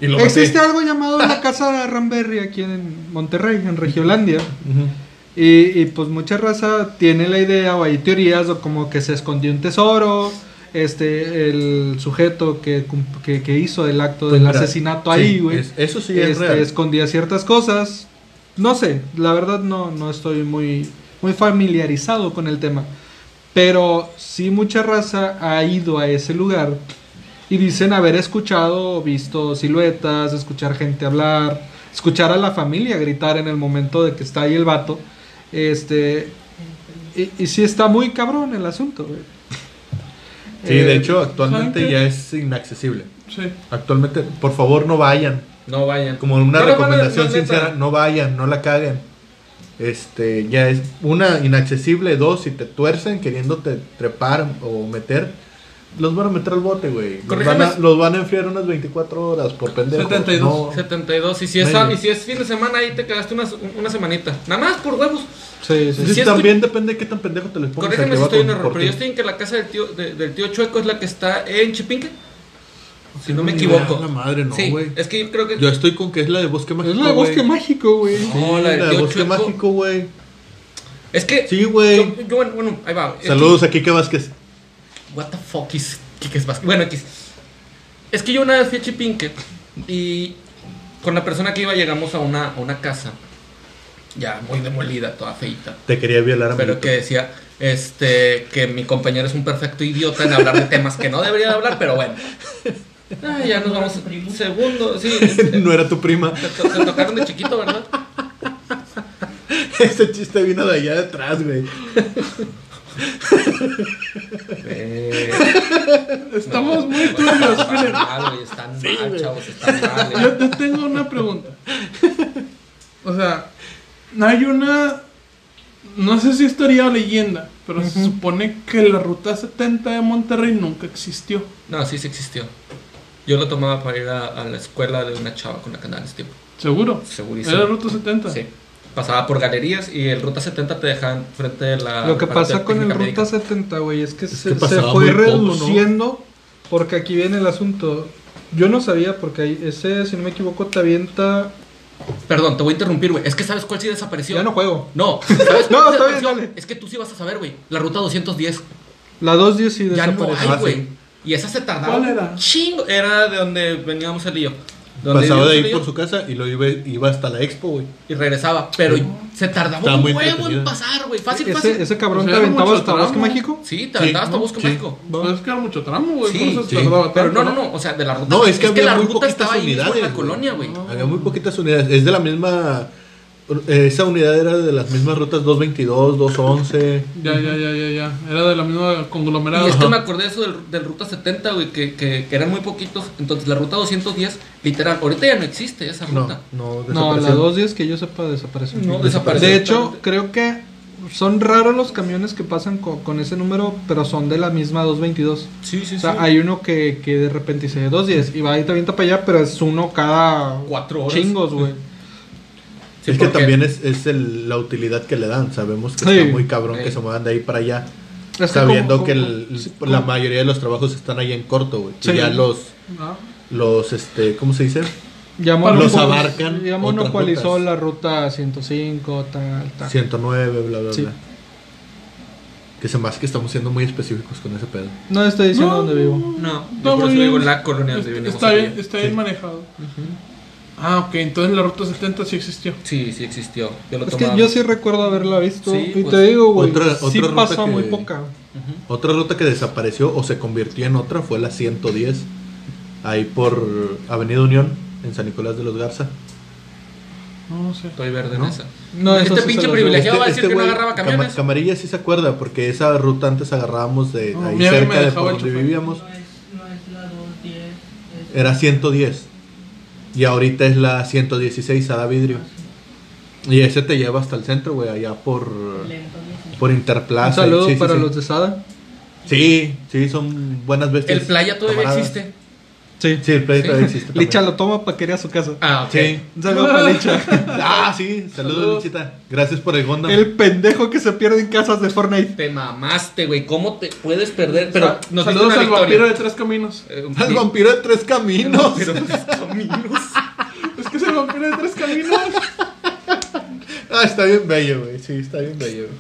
G: Y lo
A: Existe
G: maté.
A: algo
G: (laughs)
A: llamado la Casa Ramberry aquí en Monterrey, en Regiolandia.
G: Ujú.
A: Y, y, pues mucha raza tiene la idea o hay teorías o como que se escondió un tesoro. Este, el sujeto que, cum- que, que hizo el acto
G: Pues
A: del
G: mira,
A: asesinato
G: sí,
A: ahí, güey.
G: es- eso sí es
A: este,
G: real.
A: Escondía ciertas cosas. No sé, la verdad no, no estoy muy, muy familiarizado con el tema. Pero sí mucha raza ha ido a ese lugar y dicen haber escuchado, o visto siluetas, escuchar gente hablar, escuchar a la familia gritar en el momento de que está ahí el vato. Este, y, y sí está muy cabrón el asunto, güey.
G: Sí,
A: Eh,
G: de hecho, actualmente
B: ¿saben qué?
G: ya es inaccesible.
B: Sí.
D: Actualmente, por favor, no vayan.
C: No vayan.
D: Como una
C: No, no,
D: recomendación
C: no, no,
D: sincera,
C: neta.
D: no vayan, no la caguen. Este, ya es una inaccesible, dos, si te tuercen queriéndote trepar o meter, los van a meter al bote, güey. Los, van a-
C: Corrígeme.
D: los van a enfriar unas 24 horas por pendejo.
B: 72.
C: 72. Y si, es,
D: Maybe.
C: y si es fin de semana, ahí te quedaste una, una semanita. Nada más por huevos.
A: Sí, sí, sí.
D: Entonces,
C: Sí, estoy-
D: también depende de qué tan pendejo te les pongas. al
C: Corrígeme
D: que
C: si
D: va
C: estoy en
D: con-
C: error,
D: por
C: pero
D: ti.
C: yo estoy en que la casa del tío, de- del tío Chueco es la que está en Chipinque. Si no me equivoco.
D: Ah, La madre, no,
C: sí,
D: güey.
C: es que yo creo que.
D: Yo estoy con que es la de Bosque Mágico.
A: Es la de
D: güey.
A: Bosque Mágico, güey.
C: No,
D: Sí,
C: la del
D: la de
C: tío
D: Bosque
C: Chueco.
D: Mágico, güey.
C: Es que.
D: Sí, güey.
C: yo- yo- bueno, bueno, ahí va. Es
D: Saludos a Kike Vázquez.
C: que- what the fuck is. Quique es Vázquez? Bueno, X. Es que yo una vez fui a Chipinque y con la persona que iba llegamos a una, a una casa. Ya muy demolida, toda feita.
D: Te quería violar a
C: Pero que decía este que mi compañero es un perfecto idiota en hablar de temas que no debería de hablar, pero bueno. Ah, ya nos vamos. Un segundo, sí.
D: (laughs) No era tu prima.
C: Se, to- se tocaron de chiquito, ¿verdad?
D: (laughs) Ese chiste vino de allá detrás, güey.
B: Estamos muy
G: (laughs)
C: turbios,
B: turbios,
C: Están
B: miren.
C: mal, güey, están mal, chavos, están mal.
B: Yo
C: eh.
B: te tengo una pregunta. O sea, hay una. No sé si es teoría o leyenda, pero se supone que la ruta 70 de Monterrey nunca existió.
C: No, sí, sí existió. Yo lo tomaba para ir a, a la escuela de una chava con la que andaba en ese tiempo.
B: ¿Seguro?
C: Segurísimo.
B: ¿Era la ruta 70?
C: Sí. Pasaba por galerías y el Ruta 70 te dejaban frente de la.
A: Lo que pasa
C: preparatoria
A: con el
C: técnica médica.
A: Ruta 70, güey, es que se,
D: que
A: se
D: pasaba
A: fue
D: muy poco, ¿no?
A: reduciendo porque aquí viene el asunto. Yo no sabía porque ahí- ese, si no me equivoco, te avienta...
C: Perdón, te voy a interrumpir, güey. Es que ¿sabes cuál sí desapareció?
A: Ya no juego. (laughs)
C: No, ¿sabes
A: No, está
C: cuál desapareció?
A: bien, dale.
C: Es que tú sí vas a saber, güey. La ruta 210
A: La 210 y
C: ya no
A: desapareció. Ah,
C: hay, güey. Y esa se tardaba.
B: ¿Cuál era?
C: un Chingo. Era de donde veníamos el lío. Donde
D: Pasaba
C: vivíamos
D: de
C: el
D: ahí
C: lío
D: por su casa y lo iba, iba hasta la expo, güey.
C: Y regresaba. Pero se tardaba
D: Estaba
C: un
D: muy
C: huevo en
D: entretenida.
C: pasar, güey. Fácil, fácil.
A: ese, ese cabrón
B: O
C: Pues
B: sea,
A: te
B: era
A: aventaba
B: mucho
A: hasta Bosque
B: tramo.
A: Mágico.
C: Sí, te aventabas
D: ¿no?
C: hasta Bosque
D: Sí.
C: Mágico.
B: Pues es que era mucho tramo, güey.
C: Sí,
B: por eso se
D: sí.
B: tardaba
C: Pero no,
B: tanto.
C: no, no. O sea, de la ruta.
D: No, es que había
C: la
D: muy
C: ruta
D: poquitas
C: estaba ahí mismo en
D: unidades,
C: la
D: güey.
C: colonia, güey.
D: Había muy poquitas unidades. Es de la misma. Esa unidad era de las mismas rutas 222, 211.
B: Ya, ya, ya, ya, ya. Era de la misma conglomerada.
C: Y es que
B: Ajá.
C: me acordé de eso del, del Ruta 70, güey, que, que, que eran muy poquitos. Entonces la Ruta 210, literal, ahorita ya no existe esa
D: No,
C: ruta.
A: No,
D: no,
A: la
D: desapareció.
A: 210 que yo sepa desapareció.
C: No, desapareció.
A: De hecho, creo que son raros los camiones que pasan co- con, ese número, pero son de la misma 222.
C: Sí, sí,
A: O sea, hay uno que, que de repente dice 210 y va y te avienta para allá, pero es uno cada
C: Cuatro horas.
A: chingos, güey.
C: Sí,
D: es que
C: porque-
D: también es, es el- la utilidad que le dan. Sabemos que
A: Sí.
D: está muy cabrón
C: Sí.
D: que se muevan de ahí para allá.
A: Es que
D: sabiendo
A: como-
D: que
A: como-
D: el-
A: sí,
D: la
A: como-
D: mayoría de los trabajos están ahí en corto, güey.
A: Sí.
D: Y ya los,
B: Ah.
D: los, este, ¿cómo se dice?
A: Ya
D: Los
A: monopoliz-
D: abarcan
A: Ya
D: otras
A: monopolizó
D: rutas.
A: la ruta 105, tal, tal.
D: 109, bla, bla,
A: Sí.
D: bla. Que se me hace que estamos siendo muy específicos con ese pedo.
A: No estoy diciendo dónde vivo.
C: No, yo
B: Está
C: por
B: muy
C: eso digo
B: bien.
C: la colonia donde
B: Está-
C: vivimos
B: Está
C: aquí.
B: bien, está bien manejado. Ah, ok, entonces la ruta 70 sí existió.
C: Sí, sí existió. Yo lo
A: Es que
C: tomaba.
A: yo sí recuerdo haberla visto.
C: Sí,
A: y
C: pues,
A: te digo, güey,
D: otra-
A: sí
D: otra ruta
A: pasó
D: que-
A: muy poca.
D: Otra ruta que desapareció o se convirtió en otra fue la 110, ahí por Avenida Unión, en San Nicolás de los Garza.
B: No sé.
C: Estoy verde
D: ¿No?
C: en esa.
A: No,
C: este
A: esa sí
C: pinche
A: se la-
C: privilegiado va a decir que no
D: este güey,
C: agarraba
D: Cama-
C: camiones.
D: Camarilla sí se acuerda, porque esa ruta antes agarrábamos de
B: No,
D: ahí
B: mi ave me
D: cerca de
B: dejaba
D: por donde
B: chupar.
D: vivíamos.
F: No es, no es la 210. es-
D: Era 110. Y ahorita es la 116 a vidrio. Y ese te lleva hasta el centro, güey, allá por, por Interplaza.
A: Un saludo
D: Ah, Sí, sí,
A: para
D: sí.
A: los de Sada.
D: Sí, sí, son buenas bestias.
C: El playa todavía
D: camaradas.
C: existe.
A: Sí.
D: Sí, el playa
C: Sí.
D: todavía existe. también.
A: Licha lo toma para que ir a su casa.
C: Ah, ok.
D: Sí.
A: Un saludo (laughs)
D: (laughs)
A: para Licha.
D: Ah, sí,
C: Saludos.
D: saludos, Lichita. Gracias por el Gondam. (laughs)
A: El pendejo que se pierde en casas de Fortnite.
C: Te mamaste, güey. ¿Cómo te puedes perder? Pero
B: Sa-
C: nos diste
B: saludos
C: una
B: al vampiro de
C: victoria.
B: tres
C: (laughs)
B: caminos.
C: Eh, un-
D: Al vampiro de tres caminos.
B: Es que es el vampiro de tres caminos.
D: (laughs) Ah, está bien bello, güey. Sí, está bien bello. güey.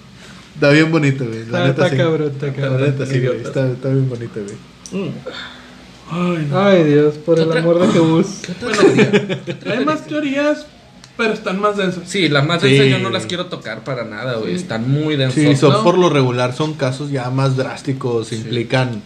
D: Está bien bonito, güey. La
A: Está,
D: neta
A: está
D: sí.
A: cabrón, está
D: La
A: cabrón.
D: neta sí, güey. Está, está bien bonito, güey.
B: Ay,
C: Ah.
B: no.
A: Ay, Dios, por el
C: Otra-
A: amor de Jebús.
B: Hay más teorías, pero están más densas.
C: Sí, las más
D: Sí.
C: densas yo no las quiero tocar para nada, güey. Están muy densas.
D: Sí, son
C: ¿no?
D: por lo regular, son casos ya más drásticos, implican...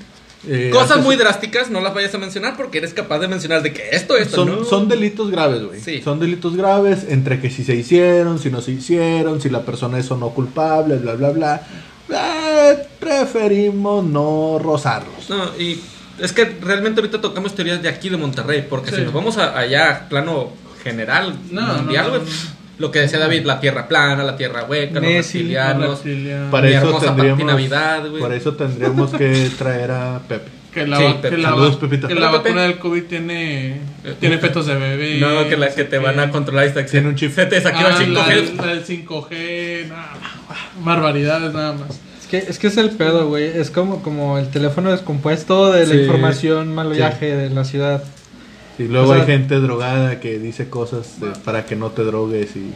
D: eh,
C: Cosas
D: antes-
C: muy drásticas, no las vayas a mencionar porque eres capaz de mencionar de que esto, esto,
D: Son,
C: Pues, no.
D: son delitos graves, güey.
C: Sí.
D: Son delitos graves entre que si se hicieron, si no se hicieron, si la persona es o no culpable, bla, bla, bla. Eh, preferimos no rozarlos.
C: No, y es que realmente ahorita tocamos teorías de aquí de Monterrey, porque
B: Sí.
C: si nos vamos a- allá, plano general,
B: No,
C: mundial,
B: no, no,
C: güey,
B: no.
C: Lo que decía David, la tierra plana, la tierra hueca, los
A: Messi,
C: reptilianos.
B: Reptiliano.
D: Para
C: Mi
D: eso,
C: hermosa
D: tendríamos,
C: Papi Navidad, güey.
D: por eso tendríamos que traer a Pepe.
B: Que la,
C: Sí,
B: va-
C: Pepe.
B: que la,
D: Saludos,
B: va-
D: Pepito.
B: que la
C: Hola, Pepe.
B: vacuna del COVID tiene, tiene efectos de bebé.
C: No, que las que te van a controlar y te,
D: Tiene un chip.
C: se te desactiva
B: Ah,
C: el
B: la-
C: 5G.
B: la del 5G, nada, barbaridades nada más.
A: Es que, es que es el pedo, güey. Es como, como el teléfono descompuesto de la
D: Sí.
A: información mal viaje de la ciudad.
D: Y luego
A: O sea-
D: hay gente drogada que dice cosas de- para que no te drogues y...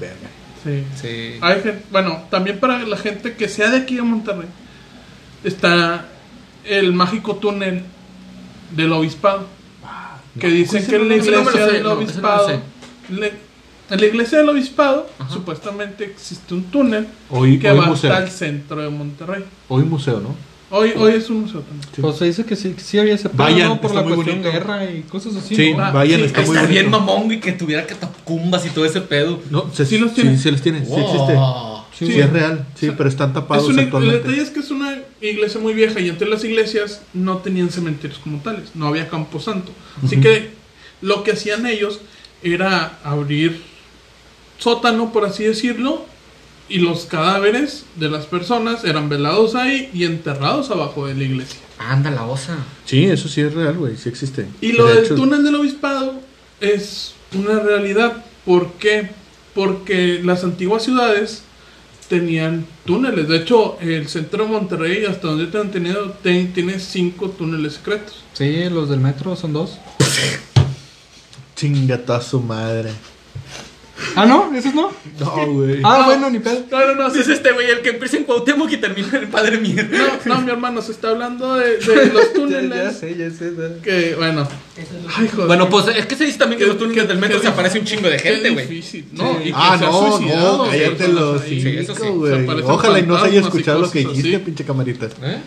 D: Verga.
B: Sí.
C: Sí.
B: Hay gen- bueno, también para la gente que sea de aquí de Monterrey, está el mágico túnel del obispado. Que dicen
C: ese
B: que
C: no-
B: en la
C: ese no me lo
B: iglesia
C: sé,
B: del
C: no, ese no lo
B: obispado. le- en la iglesia del obispado,
C: Ajá.
B: supuestamente existe un túnel
D: Hoy,
B: que
D: hoy
B: va
D: museo.
B: hasta el centro de Monterrey.
D: Hoy museo, ¿no?
B: Hoy, hoy es un museo también.
D: Sí.
A: Pues se dice que sí, que sí había ese pedo,
D: Vayan,
A: ¿no? Por
D: está
A: la
D: muy
A: cuestión de
D: bonito.
A: guerra y cosas así,
D: Sí,
A: ¿no?
B: Ah,
D: vayan,
B: sí,
D: está muy
C: Está
D: bonito.
C: bien mamón, güey, que tuviera catacumbas y todo ese pedo.
D: No, se,
B: Sí los
D: sí-
B: tiene.
D: sí los tiene, sí
C: Wow.
D: existe. Sí,
B: Sí.
D: es real, sí, pero están
B: Es eh,
D: tapados
B: una- el
D: actualmente.
B: detalle es que es una iglesia muy vieja y entre las iglesias no tenían cementerios como tales, no había camposanto. Así que lo que hacían ellos era abrir sótano, por así decirlo, y los cadáveres de las personas eran velados ahí y enterrados abajo de la iglesia.
C: Anda la osa.
D: Sí, eso sí es real, güey, sí existe.
B: Y lo
D: De
B: del
D: hecho,
B: túnel del obispado es una realidad. ¿Por qué? Porque las antiguas ciudades tenían túneles. De hecho, el centro de Monterrey, hasta donde te han tenido, te- tiene cinco túneles secretos.
A: Sí, los del metro son dos.
D: Chingata a su madre.
A: Ah, no, esos no.
D: (laughs) No, güey.
A: Ah, bueno, ni pedo.
B: No, no, no. sí,
C: Es
B: sí.
C: este güey, el que empieza en Cuauhtémoc y termina en Padre Mier.
B: No, no, mi hermano, se está hablando
D: (laughs)
B: de, de los túneles.
A: sé, ya sé. ya.
B: que, bueno. Ay, joder.
C: Bueno, pues es que se dice también que
B: Qué-
C: los túneles
B: qué-
C: del metro
B: qué
C: se
B: dif-
C: aparece un chingo de
B: Qué
C: gente, güey.
B: difícil, ¿no?
A: Sí.
B: Y que
D: Ah,
B: se ha
D: no,
B: suicidado,
D: no,
B: güey,
D: cállate
B: personas
D: los
B: ahí.
C: sí, eso sí,
D: hocico,
B: se
D: güey.
B: parecen
D: Ojalá y no se haya
B: fantasmas y
D: escuchado lo que
B: cosas
D: dijiste,
B: así.
D: pinche camarita.
C: ¿Eh?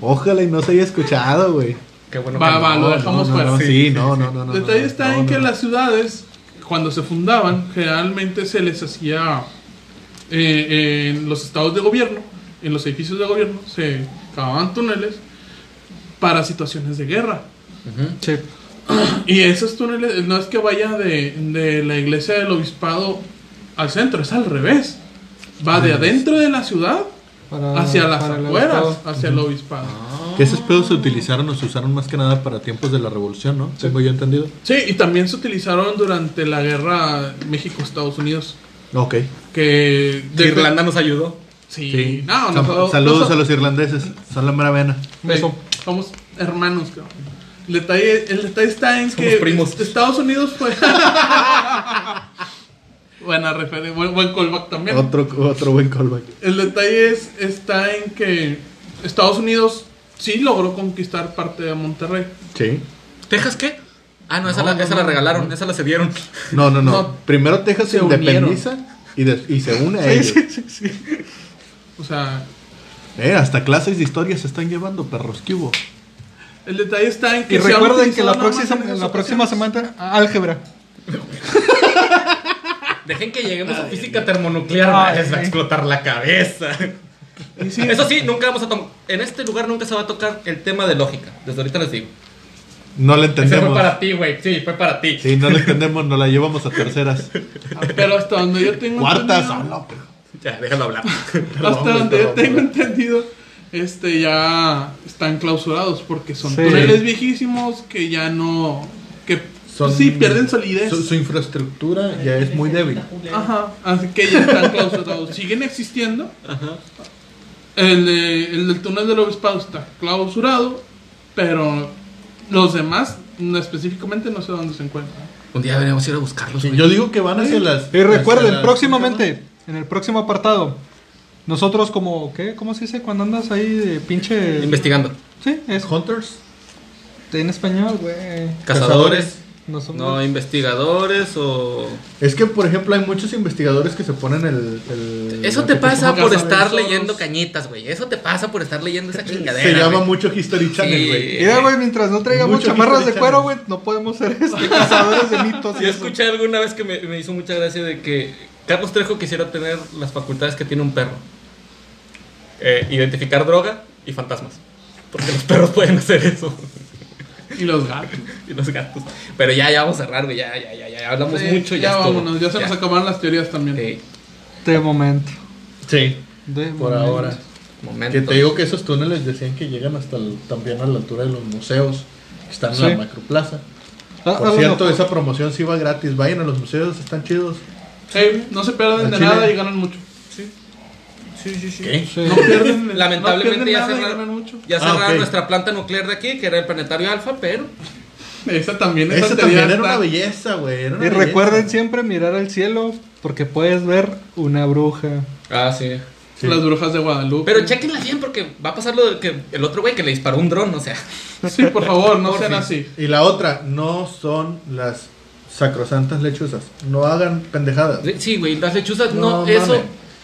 D: Ojalá y no se haya escuchado, güey.
C: Qué bueno
B: Va,
C: que no.
B: va, Ah, lo
D: No,
B: dejamos
D: no,
B: fuera.
D: no,
B: Sí,
D: sí, no, no, no, no.
B: El detalle
D: no,
B: está
D: no,
B: en que
D: no.
B: las ciudades, cuando se fundaban, generalmente se les hacía eh, en los estados de gobierno, en los edificios de gobierno, se cavaban túneles para situaciones de guerra.
C: Ujú.
A: Sí.
B: Y esos túneles, no es que vaya de, de la iglesia del obispado al centro, es al revés. Va
D: Ah,
B: de adentro de la ciudad
A: Para-
B: hacia las
A: para el
B: afueras,
A: estado.
B: hacia el obispado.
D: Que esos pedos se utilizaron o se usaron más que nada para tiempos de la revolución, ¿no? Tengo yo entendido.
B: Sí, y también se utilizaron durante la guerra México-Estados Unidos.
D: Ok.
B: Que
C: De Irlanda nos ayudó.
B: Sí,
D: Sí.
B: no,
D: Sal-
B: no,
D: saludos
B: no,
D: a los irlandeses. Son la mera vena.
A: Beso.
B: eh, Somos hermanos, cabrón. El detalle, el detalle está en
C: Somos
B: que
C: primos.
B: Estados Unidos fue. (laughs) Buena referencia, buen, buen callback también.
D: Otro, otro buen callback.
B: El detalle es, está en que Estados Unidos sí logró conquistar parte de Monterrey.
D: Sí.
C: ¿Texas qué? Ah, no, esa,
D: No,
C: la,
D: no,
C: esa
D: no,
C: la regalaron, esa la (laughs) cedieron.
D: No, no, no.
B: No.
D: Primero Texas se
B: Se unieron.
D: independiza y, des- y se une a
A: Sí,
D: ellos.
A: sí, sí, sí.
B: O sea,
D: Eh, hasta clases de historia se están llevando, perros. ¿Qué hubo?
B: el detalle está en que.
A: Y
B: se han
A: recuerden que
B: utilizado
A: la
B: nada más
A: próxima,
B: en esas
A: la próxima
B: ocasiones.
A: semana álgebra.
C: Dejen que lleguemos a física termonuclear,
A: Ay,
C: les va a
A: ay.
C: explotar la cabeza.
B: Y sí,
C: Eso sí, nunca vamos a tomar. En este lugar nunca se va a tocar el tema de lógica. Desde ahorita les digo.
D: No la
C: Ese fue
D: entendemos.
C: para ti, güey. Sí, fue para ti.
D: Sí, no la entendemos, nos la llevamos a terceras.
B: Pero hasta donde yo tengo
D: Cuartas,
B: entendido-
D: habla, pero-
C: Ya, déjalo hablar.
B: Hasta donde yo tengo entendido, este ya están clausurados porque son
A: Sí.
B: túneles viejísimos que ya no. que
D: Son-
B: sí pierden solidez.
D: Su, su infraestructura ya es muy débil.
B: Ajá, así que ya están clausurados. (laughs) Siguen existiendo. El, de- el del túnel del obispado está clausurado, pero los demás, no- específicamente, no sé dónde se encuentran.
C: Un día deberíamos ir a buscarlos,
D: Sí,
C: güey.
D: yo digo que van hacia las.
A: Y
D: hacia
A: recuerden,
D: las-
A: próximamente, en el próximo apartado, nosotros como, ¿qué? ¿Cómo se dice cuando andas ahí de pinche...
C: Investigando.
A: Sí, es
D: Hunters.
A: en español, güey.
C: Cazadores.
A: No somos...
C: No, investigadores o...
D: Es que, por ejemplo, hay muchos investigadores que se ponen el. el-
C: Eso te pasa
B: pongas
C: por
B: a
C: estar
B: ver solos.
C: leyendo cañitas, güey. Eso te pasa por estar leyendo esa chingadera.
D: Se llama
C: güey.
D: mucho History Channel,
C: Sí.
D: güey.
A: Mira, güey, mientras no traigamos
D: Eh, Mucho
A: chamarras de
D: History
A: cuero, güey,
D: Channel.
A: no podemos ser
D: (laughs)
A: este, cazadores de mitos. y
C: Yo
A: eso.
C: escuché alguna vez que me, me hizo mucha gracia de que Carlos Trejo quisiera tener las facultades que tiene un perro. Eh, identificar droga y fantasmas. Porque los perros pueden hacer eso. (laughs)
B: Y los gatos.
C: Y los gatos. Pero ya, ya vamos a cerrar, güey. Ya, ya, ya, ya. Hablamos
B: Sí,
C: mucho. Ya,
B: ya
C: estuvo.
B: vámonos, ya se nos acabaron las teorías también.
C: Sí,
A: De momento.
D: Sí,
A: De
D: por
A: momento.
D: ahora.
C: momento.
D: Que te digo que esos túneles decían que llegan hasta el- también a la altura de los museos. que Están en
A: Sí.
D: la macroplaza.
A: Ah,
D: Por
A: ah,
D: cierto,
A: bueno,
D: esa promoción sí va gratis. Vayan a los museos, están chidos.
B: Sí, no se pierden
D: Al
B: de
D: chile.
B: nada y ganan mucho.
D: ¿Qué?
A: sí.
B: (laughs) No pierden,
C: Lamentablemente
B: no pierden
C: ya
B: nada y
C: cerraron-
B: ganan mucho.
C: Ya
D: Ah,
C: cerraron
D: ok.
C: nuestra planta nuclear de aquí, que era el planetario Alfa, pero
B: Esa también, esa
D: Esa
B: teoría
D: también era
B: está-
D: una belleza, güey. era una
A: Y
D: belleza.
A: recuerden siempre mirar al cielo porque puedes ver una bruja.
C: Ah, sí.
D: Sí.
B: Las brujas de Guadalupe.
C: Pero chequenla bien porque va a pasar lo del que el otro güey que le disparó un dron, o sea.
B: Sí, por favor, no
C: Por
B: sean
C: fin.
B: así.
D: Y la otra, no son las sacrosantas lechuzas. No hagan pendejadas.
C: Sí, güey, las lechuzas no,
D: No,
C: eso
D: mames.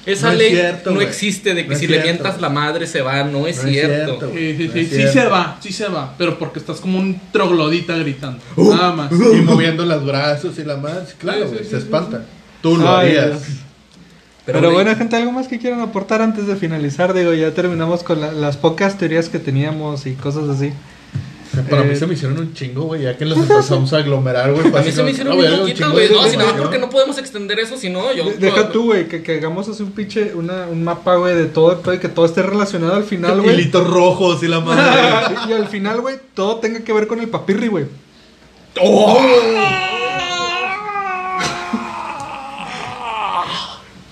C: esa
D: No es
C: ley
D: cierto,
C: no
D: güey.
C: existe de que
D: No es
C: si le
D: cierto.
C: mientas la madre se va, no es
D: No es
C: cierto.
D: cierto, güey.
B: Sí, sí,
D: No
B: sí,
D: es
B: sí
D: cierto.
B: se va, sí se va, pero porque estás como un troglodita gritando.
D: Uh,
B: Nada más.
D: Y moviendo los brazos y la madre. Claro,
B: Sí, sí,
D: güey,
B: sí,
D: se
B: sí,
D: espanta. Tú lo
A: Ay,
D: harías.
A: Dios.
C: Pero,
A: Pero,
C: güey,
A: bueno, gente, ¿algo más que quieran aportar antes de finalizar? Digo, ya terminamos con la- las pocas teorías que teníamos y cosas así.
D: Para mí
A: Eh,
D: se me hicieron un chingo, güey, ya que los empezamos a aglomerar, güey. fue
C: a
D: así
C: mí se
D: como,
C: me hicieron
D: "Ah,
C: un
D: verga,
C: poquito,
D: chingo
C: güey.
D: de
C: No, si nada más
D: información".
C: porque no podemos extender eso, si no, yo.
A: De- Deja tú, güey, que, que hagamos así un pinche, una, un mapa, güey, de todo el pedo y que todo esté relacionado al final, güey.
D: Hilitos rojos y la madre.
A: (laughs) y al final, güey, todo tenga que ver con el papirri, güey.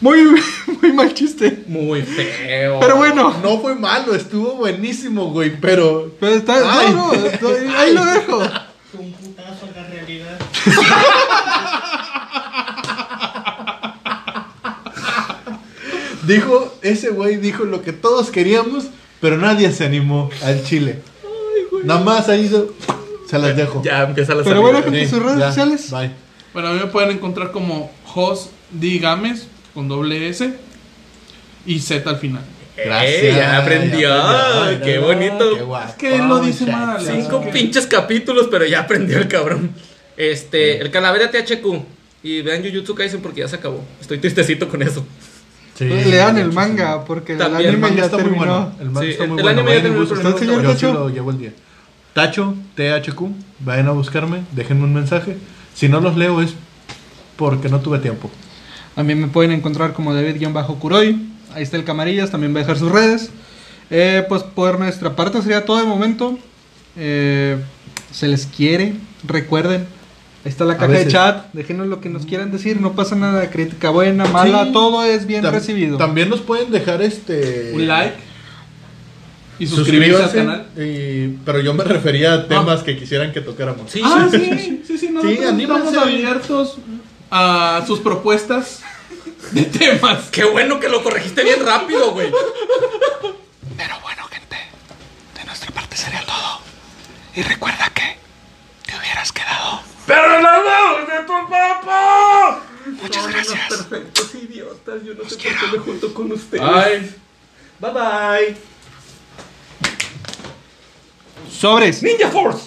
A: Muy, (laughs) muy mal chiste.
C: Muy feo.
A: Pero bueno.
D: No fue malo, estuvo buenísimo, güey, pero.
A: Pero está,
D: Ay.
A: no, no, estoy- ahí lo dejo.
F: Un putazo en la realidad.
D: Dijo, ese güey dijo lo que todos queríamos, pero nadie se animó al chile. Nada más ahí hizo. Se las dejo.
C: Ya empieza la
A: Pero
C: salida.
A: bueno, gente, sus redes
D: ya,
A: sociales.
D: Bye.
B: Bueno, a mí me pueden encontrar como Jos Digames con doble S y Z al final.
C: Gracias. Eh, ya aprendió.
D: Ay,
C: qué
D: no,
C: bonito.
D: qué guapo,
B: Es que él lo dice
D: muchacho.
B: mal.
C: Cinco
B: así que-
C: pinches capítulos, pero ya aprendió el cabrón. Este, el calavera THQ. Y vean Jujutsu Kaisen porque ya se acabó. Estoy tristecito con eso.
D: Sí.
A: Lean el manga, porque el
C: También,
A: anime
D: El manga
A: ya
D: está muy
A: terminó.
D: bueno. El manga
C: Sí,
D: está muy
C: el
D: bueno.
C: anime ya
D: vayan y
C: terminó,
D: busquen.
A: pero no está bueno.
D: Yo sí
A: Tacho.
D: lo llevo el día. Tacho, THQ, vayan a buscarme, déjenme un mensaje. Si no los leo es porque no tuve tiempo.
A: A mí me pueden encontrar como David-Kuroy. Ahí está el Camarillas, también va a dejar sus redes. Eh, pues por nuestra parte sería todo de momento. Eh, se les quiere, recuerden. Ahí está la caja de
D: veces.
A: chat. Déjenos lo que nos quieran decir. No pasa nada. Crítica buena, mala,
D: Sí.
A: todo es bien
D: Tam-
A: recibido.
D: También nos pueden dejar este
B: Un like y suscribirse al
D: suscríbanse,
B: canal.
D: y- pero yo me refería a temas que quisieran que tocáramos.
C: Sí,
B: Ah, sí, sí, sí, nosotros
D: anímense.
B: estamos abiertos a sus propuestas de temas.
C: Qué bueno que lo corregiste bien rápido, güey.
H: Pero bueno, gente, de nuestra parte sería todo. Y recuerda que te hubieras quedado.
C: Pero la voz de tu papá.
H: Muchas gracias.
C: Perfectos idiotas, yo no sé por qué me junto con ustedes.
B: Ay.
C: Bye bye.
A: Sobres.
C: Ninja Force.